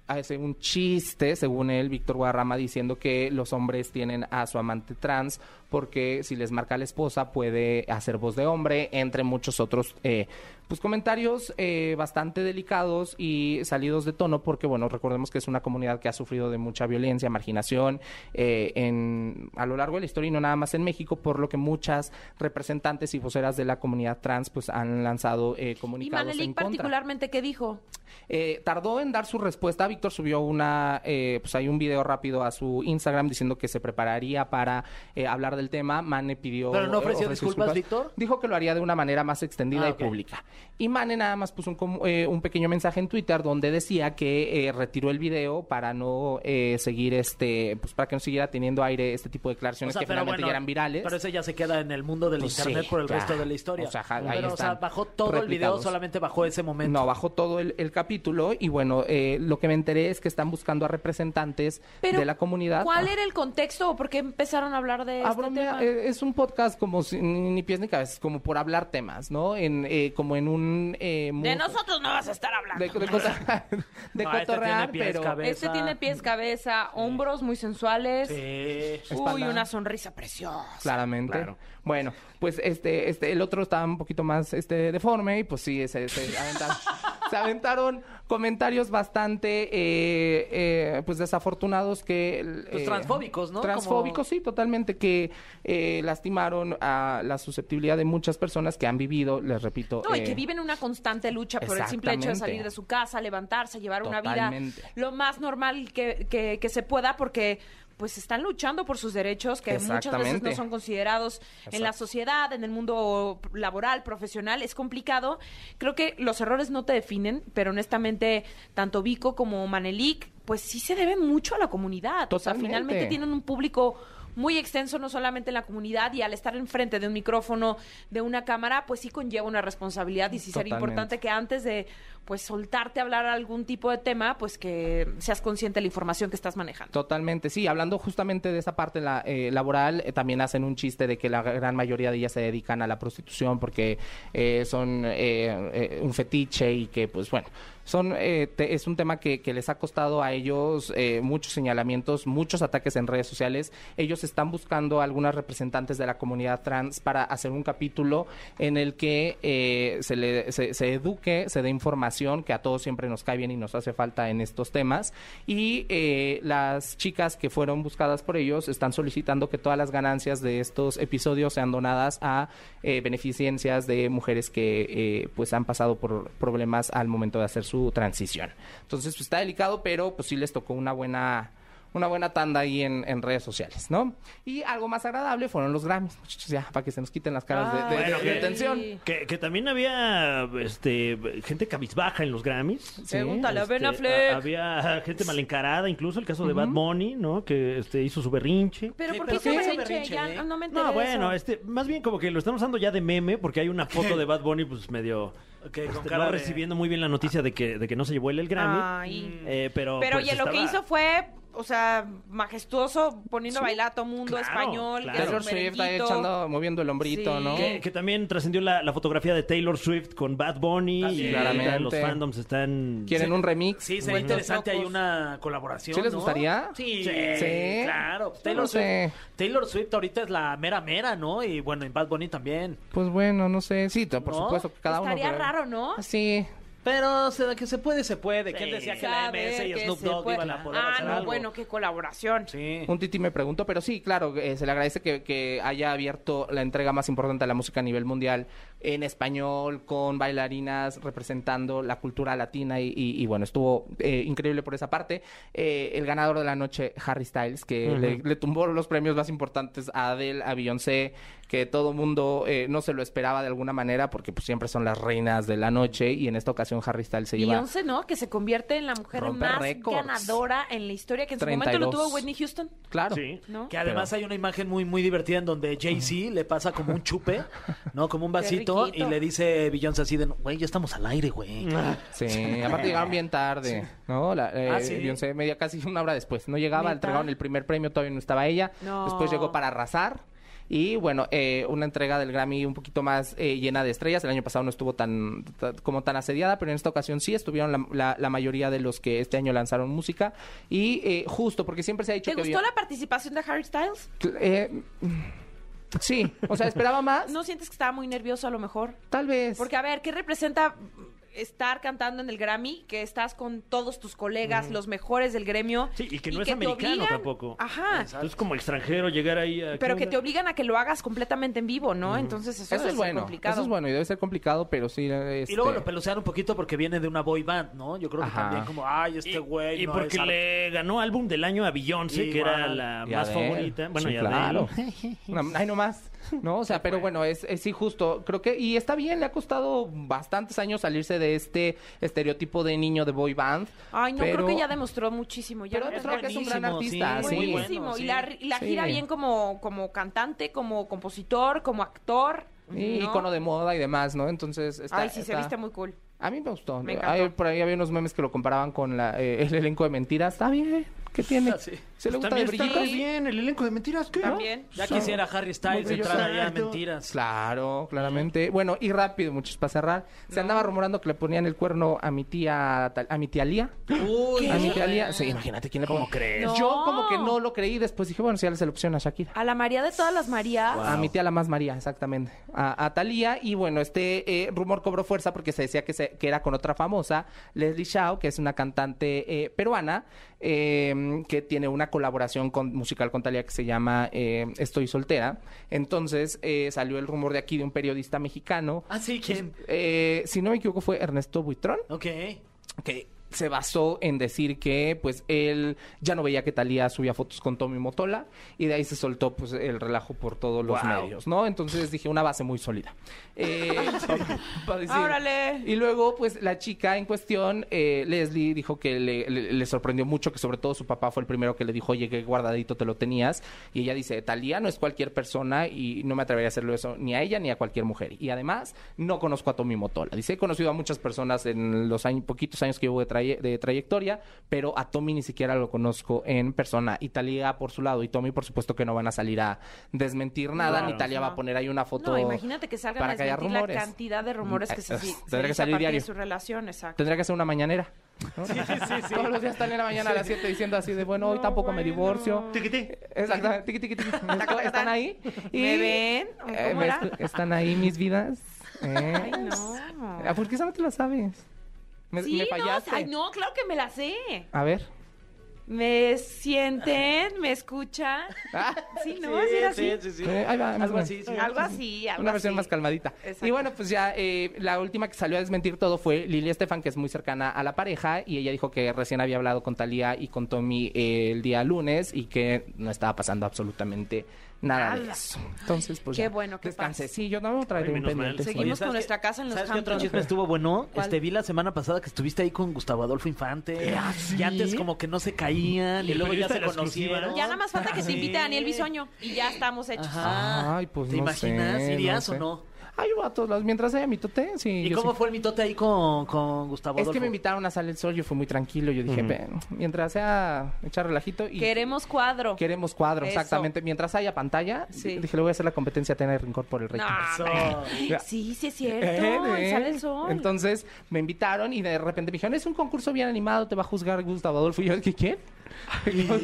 [SPEAKER 10] hace un chiste, según él, Víctor Guadarrama, diciendo que los hombres tienen a su amante trans porque si les marca la esposa puede hacer voz de hombre, entre muchos otros eh, pues comentarios eh, bastante delicados y salidos de tono porque, bueno, recordemos que es una comunidad que ha sufrido de mucha violencia, marginación eh, en, a lo largo de la historia y no nada más en México, por lo que muchas representantes y voceras de la comunidad trans pues han lanzado eh,
[SPEAKER 2] Y
[SPEAKER 10] comunicados en
[SPEAKER 2] Manelik
[SPEAKER 10] contra.
[SPEAKER 2] particularmente, ¿qué dijo?
[SPEAKER 10] Eh, tardó en dar su respuesta. Víctor subió una, eh, pues hay un video rápido a su Instagram diciendo que se prepararía para eh, hablar del tema. Mane pidió.
[SPEAKER 5] Pero no
[SPEAKER 10] eh,
[SPEAKER 5] ofreció disculpas, Víctor.
[SPEAKER 10] Dijo que lo haría de una manera más extendida
[SPEAKER 5] Ah,
[SPEAKER 10] y
[SPEAKER 5] ok.
[SPEAKER 10] pública. Y Mane nada más puso un, com- eh, un pequeño mensaje en Twitter donde decía que eh, retiró el video para no eh, seguir este, pues para que no siguiera teniendo aire este tipo de declaraciones que finalmente ya eran virales.
[SPEAKER 5] Pero ese ya se queda en el mundo del
[SPEAKER 10] Pues sí,
[SPEAKER 5] internet por el
[SPEAKER 10] claro.
[SPEAKER 5] resto de la historia.
[SPEAKER 10] O sea, ja- ahí
[SPEAKER 5] pero, o sea,
[SPEAKER 10] están
[SPEAKER 5] bajó todo el video,
[SPEAKER 10] replicados.
[SPEAKER 5] solamente bajó ese momento.
[SPEAKER 10] No, bajó todo el, el capítulo y bueno, eh, lo que me enteré es que están buscando a representantes
[SPEAKER 2] Pero,
[SPEAKER 10] de la comunidad.
[SPEAKER 2] ¿Cuál
[SPEAKER 10] Ah.
[SPEAKER 2] era el contexto o por qué empezaron a hablar de
[SPEAKER 10] Ah,
[SPEAKER 2] este
[SPEAKER 10] bromea,
[SPEAKER 2] tema?
[SPEAKER 10] eh, es un podcast como si- ni, ni pies ni cabezas, como por hablar temas, ¿no? En, eh, como en un... eh, mu-
[SPEAKER 2] De nosotros no vas a estar hablando.
[SPEAKER 10] De, de cota- <laughs> de
[SPEAKER 5] No, este tiene
[SPEAKER 10] cotorrear,
[SPEAKER 5] pies,
[SPEAKER 10] pero...
[SPEAKER 5] cabezas.
[SPEAKER 2] Este tiene pies, cabeza, hombros muy sensuales.
[SPEAKER 5] Sí.
[SPEAKER 2] Uy,
[SPEAKER 10] Espalda.
[SPEAKER 2] una sonrisa preciosa.
[SPEAKER 10] Claramente.
[SPEAKER 5] Claro.
[SPEAKER 10] Bueno, pues este, este, el otro estaba un poquito más este deforme y pues sí, se,
[SPEAKER 2] <laughs>
[SPEAKER 10] se aventaron, se aventaron comentarios bastante eh, eh, pues desafortunados que el,
[SPEAKER 5] Pues,
[SPEAKER 10] eh,
[SPEAKER 5] transfóbicos, ¿no?
[SPEAKER 10] Transfóbicos, sí, totalmente que eh, lastimaron a la susceptibilidad de muchas personas que han vivido, les repito.
[SPEAKER 2] No, y
[SPEAKER 10] eh,
[SPEAKER 2] que viven una constante lucha por el simple hecho de
[SPEAKER 10] Exactamente.
[SPEAKER 2] salir de su casa, levantarse, llevar una vida
[SPEAKER 10] Totalmente.
[SPEAKER 2] lo más normal que, que- que se pueda, porque pues están luchando por sus derechos que muchas veces no
[SPEAKER 10] Exactamente.
[SPEAKER 2] son considerados en la
[SPEAKER 10] Exacto.
[SPEAKER 2] sociedad, en el mundo laboral, profesional, es complicado. Creo que los errores no te definen, pero honestamente, tanto Vico como Manelik, pues sí se deben mucho a la comunidad. O sea,
[SPEAKER 10] Totalmente.
[SPEAKER 2] finalmente tienen un público muy extenso, no solamente en la comunidad, y al estar enfrente de un micrófono, de una cámara, pues sí conlleva una responsabilidad y sí sería
[SPEAKER 10] Totalmente.
[SPEAKER 2] importante que antes de pues soltarte a hablar algún tipo de tema, pues que seas consciente de la información que estás manejando.
[SPEAKER 10] Totalmente, sí. Hablando justamente de esa parte la- eh, laboral, eh, también hacen un chiste de que la gran mayoría de ellas se dedican a la prostitución porque eh, son eh, eh, un fetiche y que, pues bueno, son eh, te- es un tema que, que les ha costado a ellos eh, muchos señalamientos, muchos ataques en redes sociales. Ellos están buscando a algunas representantes de la comunidad trans para hacer un capítulo en el que eh, se, le, se, se eduque, se dé información que a todos siempre nos cae bien y nos hace falta en estos temas. Y eh, las chicas que fueron buscadas por ellos están solicitando que todas las ganancias de estos episodios sean donadas a eh, beneficencias de mujeres que eh, pues han pasado por problemas al momento de hacer su transición. Entonces pues, está delicado, pero pues sí les tocó una buena una buena tanda ahí en, en redes sociales, ¿no? Y algo más agradable fueron los Grammys, muchachos, ya, para que se nos quiten las caras de, de-
[SPEAKER 3] Ay,
[SPEAKER 10] de-
[SPEAKER 3] bueno,
[SPEAKER 10] de
[SPEAKER 3] que-
[SPEAKER 10] tensión.
[SPEAKER 3] Que, que también había este, gente cabizbaja en los Grammys.
[SPEAKER 10] Sí,
[SPEAKER 2] Pregúntale a Ben
[SPEAKER 3] Este,
[SPEAKER 2] Affleck.
[SPEAKER 3] a- había gente mal encarada, incluso el caso de Bad Bunny, ¿no? Que este, hizo su berrinche.
[SPEAKER 2] Pero
[SPEAKER 4] Sí,
[SPEAKER 2] ¿por qué
[SPEAKER 4] pero
[SPEAKER 2] hizo
[SPEAKER 4] ¿qué?
[SPEAKER 2] berrinche?
[SPEAKER 4] Berrinche,
[SPEAKER 2] Ya
[SPEAKER 4] ¿eh?
[SPEAKER 2] no, no me enteré
[SPEAKER 3] No,
[SPEAKER 2] de
[SPEAKER 3] bueno,
[SPEAKER 2] eso.
[SPEAKER 3] este, más bien como que lo están usando ya de meme, porque hay una foto de Bad Bunny, pues medio.
[SPEAKER 10] <laughs>
[SPEAKER 4] Ok, con
[SPEAKER 3] este,
[SPEAKER 4] cara
[SPEAKER 3] no
[SPEAKER 4] de-
[SPEAKER 3] recibiendo muy bien la noticia de que, de que no se llevó él el Grammy.
[SPEAKER 10] Ah,
[SPEAKER 2] Ay.
[SPEAKER 4] Mm.
[SPEAKER 3] Eh, pero
[SPEAKER 2] Pero
[SPEAKER 3] pues,
[SPEAKER 2] oye, lo que
[SPEAKER 3] estaba-
[SPEAKER 2] hizo fue, o sea, majestuoso, poniendo a bailar a todo mundo
[SPEAKER 3] claro,
[SPEAKER 2] español.
[SPEAKER 3] claro.
[SPEAKER 2] que es un
[SPEAKER 10] Taylor Swift ahí
[SPEAKER 2] merenguito.
[SPEAKER 10] echando, moviendo el hombrito,
[SPEAKER 2] Sí.
[SPEAKER 10] ¿no?
[SPEAKER 3] Que, que también trascendió la, la fotografía de Taylor Swift con Bad Bunny.
[SPEAKER 4] También.
[SPEAKER 3] y ahorita Los
[SPEAKER 10] Claramente.
[SPEAKER 3] fandoms están.
[SPEAKER 10] ¿Quieren un remix?
[SPEAKER 5] Sí, sería
[SPEAKER 2] Vueltos
[SPEAKER 5] interesante. Hay
[SPEAKER 2] locos.
[SPEAKER 5] una colaboración.
[SPEAKER 10] ¿Sí les
[SPEAKER 5] ¿no?
[SPEAKER 10] gustaría?
[SPEAKER 5] Sí,
[SPEAKER 10] Sí.
[SPEAKER 5] claro.
[SPEAKER 10] Yo
[SPEAKER 5] Taylor,
[SPEAKER 10] no sé.
[SPEAKER 5] Swift, Taylor Swift ahorita es la mera mera, ¿no? Y bueno, en Bad Bunny también.
[SPEAKER 10] Pues bueno, no sé. Sí, t- por
[SPEAKER 5] ¿No?
[SPEAKER 10] supuesto que cada uno.
[SPEAKER 2] Estaría
[SPEAKER 10] pero-
[SPEAKER 2] raro, ¿no?
[SPEAKER 10] Ah, Sí.
[SPEAKER 5] Pero se- de que se puede, se puede. ¿Quién decía que la
[SPEAKER 2] Saber
[SPEAKER 5] MS y
[SPEAKER 2] que
[SPEAKER 5] Snoop
[SPEAKER 2] se
[SPEAKER 5] Dogg
[SPEAKER 2] puede.
[SPEAKER 5] iban a poder
[SPEAKER 2] Ah,
[SPEAKER 5] hacer
[SPEAKER 2] no,
[SPEAKER 5] algo?
[SPEAKER 2] bueno, qué colaboración.
[SPEAKER 5] Sí.
[SPEAKER 10] Un titi me preguntó, pero sí, claro, eh, se le agradece que, que haya abierto la entrega más importante de la música a nivel mundial en español, con bailarinas representando la cultura latina y, y- y bueno, estuvo eh, increíble por esa parte. Eh, el ganador de la noche, Harry Styles, que le, le tumbó los premios más importantes a Adele, a Beyoncé, que todo mundo eh, no se lo esperaba de alguna manera, porque pues, siempre son las reinas de la noche y en esta ocasión Harry Styles se lleva...
[SPEAKER 2] Beyoncé, ¿no? Que se convierte en la mujer
[SPEAKER 10] Rompe
[SPEAKER 2] más
[SPEAKER 10] récords.
[SPEAKER 2] ganadora en la historia, que en su momento lo
[SPEAKER 10] 32.
[SPEAKER 2] tuvo Whitney Houston,
[SPEAKER 10] Claro.
[SPEAKER 3] Sí.
[SPEAKER 2] ¿no?
[SPEAKER 5] Que además hay una imagen muy, muy divertida en donde Jay-Z le pasa como un chupe, ¿no? Como un vasito y
[SPEAKER 2] riquito.
[SPEAKER 5] le dice Beyoncé así de, güey, ya estamos al aire, güey.
[SPEAKER 10] Sí, aparte llegaron bien tarde, ¿no? La, eh,
[SPEAKER 5] Ah, ¿sí?
[SPEAKER 10] Beyoncé media casi una hora después. No llegaba,
[SPEAKER 2] ¿Neta?
[SPEAKER 10] entregaron el primer premio, todavía no estaba ella.
[SPEAKER 2] No.
[SPEAKER 10] Después llegó para arrasar. Y bueno, eh, una entrega del Grammy un poquito más eh, llena de estrellas. El año pasado no estuvo tan, ta- como tan asediada, pero en esta ocasión sí estuvieron la, la- la mayoría de los que este año lanzaron música. Y eh, justo, porque siempre se ha dicho
[SPEAKER 2] ¿Te
[SPEAKER 10] que...
[SPEAKER 2] gustó
[SPEAKER 10] Beyon-
[SPEAKER 2] la participación de Harry Styles?
[SPEAKER 10] Eh, sí, o sea, esperaba
[SPEAKER 2] <laughs>
[SPEAKER 10] más.
[SPEAKER 2] ¿No sientes que estaba muy nervioso a lo mejor?
[SPEAKER 10] Tal vez.
[SPEAKER 2] Porque, a ver, ¿qué representa estar cantando en el Grammy? Que estás con todos tus colegas, los mejores del gremio.
[SPEAKER 3] Sí, y que no es
[SPEAKER 2] te
[SPEAKER 3] americano
[SPEAKER 2] obligan-
[SPEAKER 3] tampoco.
[SPEAKER 2] Ajá.
[SPEAKER 3] Entonces, como extranjero, llegar ahí a.
[SPEAKER 2] Pero
[SPEAKER 3] ¿qué
[SPEAKER 2] que
[SPEAKER 3] onda?
[SPEAKER 2] te obligan a que lo hagas completamente en vivo, ¿no? Entonces eso,
[SPEAKER 10] Eso
[SPEAKER 2] debe
[SPEAKER 10] es
[SPEAKER 2] ser
[SPEAKER 10] bueno,
[SPEAKER 2] complicado.
[SPEAKER 10] eso es bueno y debe ser complicado, pero sí...
[SPEAKER 5] Y luego
[SPEAKER 10] este,
[SPEAKER 5] lo pelucean un poquito porque viene de una boy band, ¿no? Yo creo que
[SPEAKER 10] Ajá.
[SPEAKER 5] también como, ay,
[SPEAKER 3] Y,
[SPEAKER 5] este güey.
[SPEAKER 3] y
[SPEAKER 5] no
[SPEAKER 3] porque
[SPEAKER 5] es
[SPEAKER 3] le ganó álbum del año a Beyoncé, que era
[SPEAKER 5] Igual.
[SPEAKER 3] la
[SPEAKER 10] Y
[SPEAKER 3] más
[SPEAKER 10] Adele.
[SPEAKER 3] favorita. Bueno,
[SPEAKER 10] Sí,
[SPEAKER 3] y Adele.
[SPEAKER 2] <laughs>
[SPEAKER 10] claro. No, ay, no más. No, o sea, pero bueno, es, es injusto. Creo que, y está bien, le ha costado bastantes años salirse de este estereotipo de niño de boy band.
[SPEAKER 2] Ay, no,
[SPEAKER 10] pero-
[SPEAKER 2] creo que ya demostró muchísimo. Ya
[SPEAKER 10] Pero ha
[SPEAKER 2] no-
[SPEAKER 10] demostrado que es un gran
[SPEAKER 5] buenísimo,
[SPEAKER 10] artista.
[SPEAKER 5] sí,
[SPEAKER 10] Sí,
[SPEAKER 5] muy bueno.
[SPEAKER 2] Buenísimo.
[SPEAKER 5] sí.
[SPEAKER 2] Y la, y la
[SPEAKER 10] Sí.
[SPEAKER 2] gira bien como, como cantante, como compositor, como actor.
[SPEAKER 10] Y
[SPEAKER 2] ¿no?
[SPEAKER 10] icono de moda y demás, ¿no? Entonces, está,
[SPEAKER 2] Ay, sí, se
[SPEAKER 10] está-
[SPEAKER 2] viste muy cool.
[SPEAKER 10] A mí me gustó.
[SPEAKER 2] Me encantó.
[SPEAKER 10] Ay, por ahí había unos memes que lo comparaban con la, eh, el elenco de mentiras. Está bien, ¿qué tiene?
[SPEAKER 5] Ah, sí.
[SPEAKER 10] ¿Se le gusta de
[SPEAKER 3] Pues También está
[SPEAKER 10] brillitos?
[SPEAKER 3] re bien el elenco de Pues mentiras, ¿qué?
[SPEAKER 2] También.
[SPEAKER 5] Ya quisiera Harry Styles
[SPEAKER 10] Muy
[SPEAKER 5] entrar allá a
[SPEAKER 3] brilloso.
[SPEAKER 5] mentiras.
[SPEAKER 10] Claro, claramente. Bueno, y rápido, muchachos, para cerrar. Se andaba rumorando que le ponían el cuerno a mi tía, tal- a mi tía Lía.
[SPEAKER 5] Uy,
[SPEAKER 10] A mi tía Lía. Sí, imagínate quién le pongo.
[SPEAKER 3] crees?
[SPEAKER 2] No.
[SPEAKER 10] Eh, Yo como que no lo creí, después dije, bueno, sí, dale la opción a Shakira.
[SPEAKER 2] A la María de todas las Marías.
[SPEAKER 10] A mi tía la más María, exactamente. A, a Talía. Y bueno, este eh, rumor cobró fuerza porque se decía que, se- que era con otra famosa, Leslie Shaw, que es una cantante eh, peruana, eh, que tiene una colaboración con, musical con Talía que se llama eh, Estoy Soltera. Entonces eh, salió el rumor de aquí de un periodista mexicano.
[SPEAKER 5] Ah, sí, Ah, ¿quién?
[SPEAKER 10] Eh, si no me equivoco, fue Ernesto Buitrón
[SPEAKER 5] Ok.
[SPEAKER 10] que se basó en decir que pues él ya no veía que Talía subía fotos con Tommy Motola y de ahí se soltó pues el relajo por todos los
[SPEAKER 5] Wow.
[SPEAKER 10] medios, ¿no? Entonces dije, una base muy sólida. Eh, <laughs> para decir-
[SPEAKER 2] Órale.
[SPEAKER 10] y luego, pues, la chica en cuestión, eh, Leslie, dijo que le, le- le sorprendió mucho que sobre todo su papá fue el primero que le dijo, oye, qué guardadito te lo tenías. Y ella dice, Talía no es cualquier persona y no me atrevería a hacerlo eso ni a ella ni a cualquier mujer. Y además, no conozco a Tommy Motola. Dice, he conocido a muchas personas en los años, poquitos años que llevo de, traye- de trayectoria, pero a Tommy ni siquiera lo conozco en persona. Y Talía, por su lado, y Tommy, por supuesto que no van a salir a desmentir nada,
[SPEAKER 3] Claro.
[SPEAKER 10] ni Talía va a poner ahí una foto
[SPEAKER 2] No, imagínate que salgan a
[SPEAKER 10] para callar
[SPEAKER 2] desmentir la
[SPEAKER 10] rumores.
[SPEAKER 2] cantidad de rumores que se,
[SPEAKER 10] Eh,
[SPEAKER 2] se
[SPEAKER 10] tendría
[SPEAKER 2] se
[SPEAKER 10] que
[SPEAKER 2] dice
[SPEAKER 10] salir
[SPEAKER 2] a partir de
[SPEAKER 10] diario.
[SPEAKER 2] su relación, exacto.
[SPEAKER 10] Tendría que ser una mañanera. ¿no? Todos los días están en la mañana a las 7 diciendo así de, bueno, hoy tampoco me divorcio. Exactamente. tiqui, tiqui, tiqui. ¿Me escu- Están ahí. Y,
[SPEAKER 2] ¿Me ven? ¿O
[SPEAKER 10] eh,
[SPEAKER 2] ¿Cómo
[SPEAKER 10] me
[SPEAKER 2] era?
[SPEAKER 10] escu- están ahí mis vidas. Eh.
[SPEAKER 2] Ay,
[SPEAKER 10] <laughs>
[SPEAKER 2] no.
[SPEAKER 10] Ah, ¿Por qué esa no te la sabes? Me,
[SPEAKER 2] Sí,
[SPEAKER 10] me
[SPEAKER 2] no,
[SPEAKER 10] fallaste.
[SPEAKER 2] ay, no, claro que me la sé.
[SPEAKER 10] A ver.
[SPEAKER 2] <laughs> Me sienten, me escuchan. Sí, no, sí, era así.
[SPEAKER 10] Eh, ahí va, más
[SPEAKER 5] Algo
[SPEAKER 10] o menos.
[SPEAKER 5] así, sí.
[SPEAKER 2] Algo así, algo
[SPEAKER 10] Una versión
[SPEAKER 2] así.
[SPEAKER 10] más calmadita.
[SPEAKER 2] Exacto.
[SPEAKER 10] Y bueno, pues ya eh, la última que salió a desmentir todo fue Lili Estefan, que es muy cercana a la pareja, y ella dijo que recién había hablado con Talía y con Tommy eh, el día lunes y que no estaba pasando absolutamente nada, de
[SPEAKER 2] Nada.
[SPEAKER 10] eso. Entonces, pues
[SPEAKER 2] Qué
[SPEAKER 10] ya,
[SPEAKER 2] bueno que
[SPEAKER 10] descanse.
[SPEAKER 2] paz.
[SPEAKER 10] Sí, yo no me traeré
[SPEAKER 3] Ay,
[SPEAKER 10] un
[SPEAKER 3] menos mal.
[SPEAKER 10] pendiente.
[SPEAKER 2] Seguimos
[SPEAKER 5] Oye, ¿sabes
[SPEAKER 2] con
[SPEAKER 5] qué?
[SPEAKER 2] nuestra casa en los
[SPEAKER 5] ¿Sabes qué otro
[SPEAKER 2] Hamptons.
[SPEAKER 5] chisme estuvo bueno?
[SPEAKER 2] ¿Cuál?
[SPEAKER 5] Este, vi la semana pasada que estuviste ahí con Gustavo Adolfo Infante.
[SPEAKER 7] ¿sí?
[SPEAKER 5] Y antes como que no se caían y
[SPEAKER 3] El
[SPEAKER 5] luego ya
[SPEAKER 3] periodista
[SPEAKER 5] se
[SPEAKER 3] de la exclusiva,
[SPEAKER 5] conocieron.
[SPEAKER 3] ¿no?
[SPEAKER 2] Ya nada más falta que se
[SPEAKER 5] Sí.
[SPEAKER 2] invite a Daniel Bisoño y ya estamos hechos.
[SPEAKER 5] Ajá.
[SPEAKER 10] Ay, pues
[SPEAKER 5] ¿Te
[SPEAKER 10] no
[SPEAKER 5] imaginas?
[SPEAKER 10] sé,
[SPEAKER 5] ¿Irías
[SPEAKER 10] no
[SPEAKER 5] o
[SPEAKER 10] sé.
[SPEAKER 5] no?
[SPEAKER 10] Ay, vatos, las- mientras haya mitote, sí.
[SPEAKER 5] ¿Y
[SPEAKER 10] yo
[SPEAKER 5] cómo
[SPEAKER 10] sí.
[SPEAKER 5] fue el mitote ahí con, con Gustavo
[SPEAKER 10] Es que me
[SPEAKER 5] Adolfo?
[SPEAKER 10] invitaron a salir el sol, yo fui muy tranquilo. Yo dije, "Ven, mientras sea echar relajito y
[SPEAKER 2] Queremos cuadro.
[SPEAKER 10] Queremos cuadro,
[SPEAKER 2] Eso.
[SPEAKER 10] exactamente. Mientras haya pantalla,
[SPEAKER 2] Sí.
[SPEAKER 10] dije, le voy a hacer la competencia a tener rincón por el rating.
[SPEAKER 2] No, hombre. sí, sí es cierto.
[SPEAKER 10] Eh, eh.
[SPEAKER 2] Sale el sol.
[SPEAKER 10] Entonces me invitaron y de repente me dijeron, es un concurso bien animado, te va a juzgar Gustavo Adolfo. Y yo, ¿qué <laughs> quién? no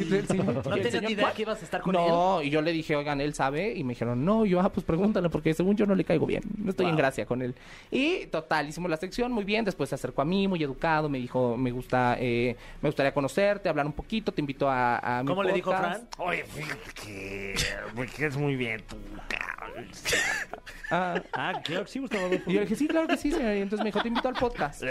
[SPEAKER 5] No tenía ni idea que ibas a estar con él.
[SPEAKER 10] No, y yo le dije, oigan, él sabe. Y me dijeron, no, y yo, ah, pues pregúntale, porque según yo no le caigo bien. No estoy en gracia con él. Y total, hicimos la sección muy bien. Después se acercó a mí, muy educado. Me dijo, me gusta, eh, me gustaría conocerte, hablar un poquito. Te invito a, a mi
[SPEAKER 5] ¿Cómo le dijo
[SPEAKER 10] podcast.
[SPEAKER 5] Fran?
[SPEAKER 1] Oye, fíjate que me quedas muy bien tú, cabrón.
[SPEAKER 10] Ah,
[SPEAKER 3] <laughs> Ah, claro que sí, Gustavo Adolfo.
[SPEAKER 10] y yo le dije, sí, claro que sí, señor. Y entonces me dijo, te invito al podcast.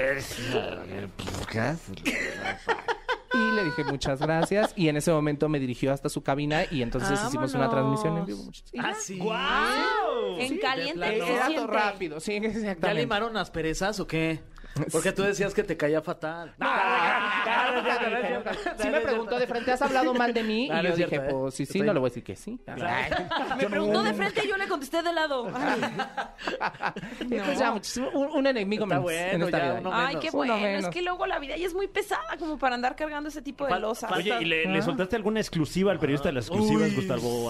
[SPEAKER 10] Y le dije, muchas gracias. Y en ese momento me dirigió hasta su cabina y entonces hicimos una
[SPEAKER 2] Vámonos.
[SPEAKER 10] transmisión en vivo. muchachos. Y ya.
[SPEAKER 5] Ah, sí.
[SPEAKER 2] ¡Guau! En caliente
[SPEAKER 10] Eh,
[SPEAKER 2] que se
[SPEAKER 10] Era todo
[SPEAKER 2] siente.
[SPEAKER 10] rápido, sí, exactamente.
[SPEAKER 5] ¿Ya
[SPEAKER 10] <laughs>
[SPEAKER 5] limaron las perezas o qué? Porque tú decías que te caía fatal.
[SPEAKER 10] Ah, Sí me preguntó de frente, ¿has hablado mal
[SPEAKER 5] <laughs>
[SPEAKER 10] de mí?
[SPEAKER 5] Ah,
[SPEAKER 10] Y
[SPEAKER 5] no
[SPEAKER 10] yo
[SPEAKER 5] es cierto,
[SPEAKER 10] dije,
[SPEAKER 5] ¿eh?
[SPEAKER 10] pues sí, sí,
[SPEAKER 5] Estoy-
[SPEAKER 10] no le voy a decir que sí.
[SPEAKER 2] Me preguntó de frente y yo le contesté de lado. Ay,
[SPEAKER 10] Entonces ya, muchísimo, un, un enemigo
[SPEAKER 5] Está
[SPEAKER 10] menos en
[SPEAKER 5] bueno,
[SPEAKER 10] esta
[SPEAKER 5] ya
[SPEAKER 10] vida. Ah,
[SPEAKER 5] uno-
[SPEAKER 2] Ay,
[SPEAKER 5] menos,
[SPEAKER 2] qué
[SPEAKER 10] uno
[SPEAKER 2] bueno. Es
[SPEAKER 10] menos.
[SPEAKER 2] que luego la vida ya es muy pesada como para andar cargando ese tipo de
[SPEAKER 5] Fal-
[SPEAKER 2] losas.
[SPEAKER 5] falta-
[SPEAKER 3] Oye, ¿y le,
[SPEAKER 5] Ah.
[SPEAKER 3] le soltaste alguna exclusiva al periodista de las exclusivas,
[SPEAKER 5] Uy.
[SPEAKER 3] Gustavo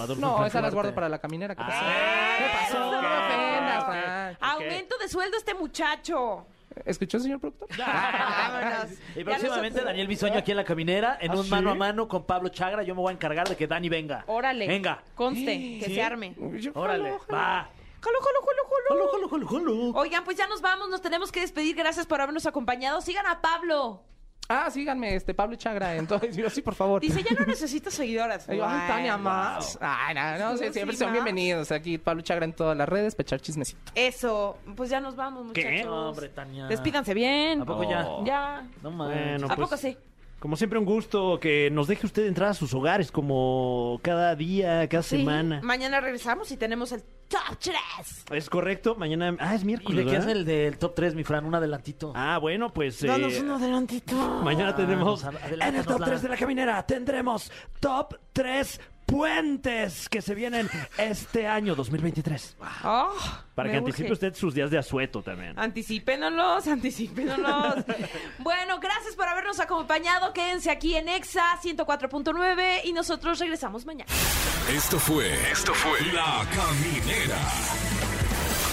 [SPEAKER 5] <laughs>
[SPEAKER 3] Adolfo?
[SPEAKER 10] No,
[SPEAKER 3] Infante?
[SPEAKER 10] esas las guardo para la caminera. ¿Qué pasó?
[SPEAKER 5] Ah.
[SPEAKER 10] ¿Qué pasó? No me ofendas, Fran.
[SPEAKER 2] Aumento de sueldo a este muchacho.
[SPEAKER 10] ¿Escuchó, señor productor?
[SPEAKER 2] Vámonos.
[SPEAKER 5] Y
[SPEAKER 2] Ya
[SPEAKER 5] próximamente
[SPEAKER 2] nosotros-
[SPEAKER 5] Daniel Bisoño aquí en la caminera, en un mano a mano con Pablo Chagra. Yo me voy a encargar de que Dani venga.
[SPEAKER 2] Órale.
[SPEAKER 5] Venga.
[SPEAKER 2] Conste, que se arme.
[SPEAKER 10] Yo,
[SPEAKER 5] Órale.
[SPEAKER 10] ojalá, ojalá.
[SPEAKER 5] Va.
[SPEAKER 2] Jalo, jalo, jalo, jalo.
[SPEAKER 5] Jolo, jolo, jolo, jolo.
[SPEAKER 2] Oigan, pues ya nos vamos, nos tenemos que despedir. Gracias por habernos acompañado. Sigan a Pablo.
[SPEAKER 10] Ah, síganme, este, Pablo Chagra. <laughs> Entonces, yo sí, por favor.
[SPEAKER 2] Dice,
[SPEAKER 10] <laughs>
[SPEAKER 2] ya no necesito seguidoras.
[SPEAKER 10] Ay, Ay, Tania
[SPEAKER 2] Bueno.
[SPEAKER 10] más. Ay, no, no, sí,
[SPEAKER 2] Sí,
[SPEAKER 10] siempre
[SPEAKER 2] sí,
[SPEAKER 10] son
[SPEAKER 2] más.
[SPEAKER 10] bienvenidos. Aquí Pablo Chagra en todas las redes, pechar chismecito.
[SPEAKER 2] Eso, pues ya nos vamos,
[SPEAKER 3] ¿Qué?
[SPEAKER 2] muchachos.
[SPEAKER 5] No, hombre, Tania.
[SPEAKER 2] Despídanse bien.
[SPEAKER 5] ¿A poco ya?
[SPEAKER 2] Ya.
[SPEAKER 5] No eh.
[SPEAKER 3] Bueno,
[SPEAKER 5] mames.
[SPEAKER 2] ¿A
[SPEAKER 3] pues,
[SPEAKER 2] poco sí?
[SPEAKER 3] Como siempre, un gusto que nos deje usted entrar a sus hogares como cada día, cada
[SPEAKER 2] Sí.
[SPEAKER 3] semana.
[SPEAKER 2] Mañana regresamos y tenemos el top 3.
[SPEAKER 3] Es correcto, mañana... Ah, es
[SPEAKER 5] ¿Y
[SPEAKER 3] miércoles,
[SPEAKER 5] de qué es
[SPEAKER 3] ¿verdad?
[SPEAKER 5] el del top 3, mi Fran? Un adelantito.
[SPEAKER 3] Ah, bueno, pues... eh,
[SPEAKER 2] Danos uno adelantito.
[SPEAKER 3] Mañana tenemos...
[SPEAKER 5] pues, ad-
[SPEAKER 3] en el top
[SPEAKER 5] adelántanosla.
[SPEAKER 3] 3 de la caminera tendremos top 3 puentes que se vienen este año 2023.
[SPEAKER 5] Ah,
[SPEAKER 2] Oh,
[SPEAKER 3] Para
[SPEAKER 2] me
[SPEAKER 3] que
[SPEAKER 2] urge.
[SPEAKER 3] anticipe usted sus días de asueto también.
[SPEAKER 2] Anticipénolos,
[SPEAKER 5] <laughs>
[SPEAKER 2] anticipénolos. bueno, gracias por habernos acompañado. Quédense aquí en EXA 104.9 y nosotros regresamos mañana.
[SPEAKER 1] Esto fue. Esto fue. La Caminera.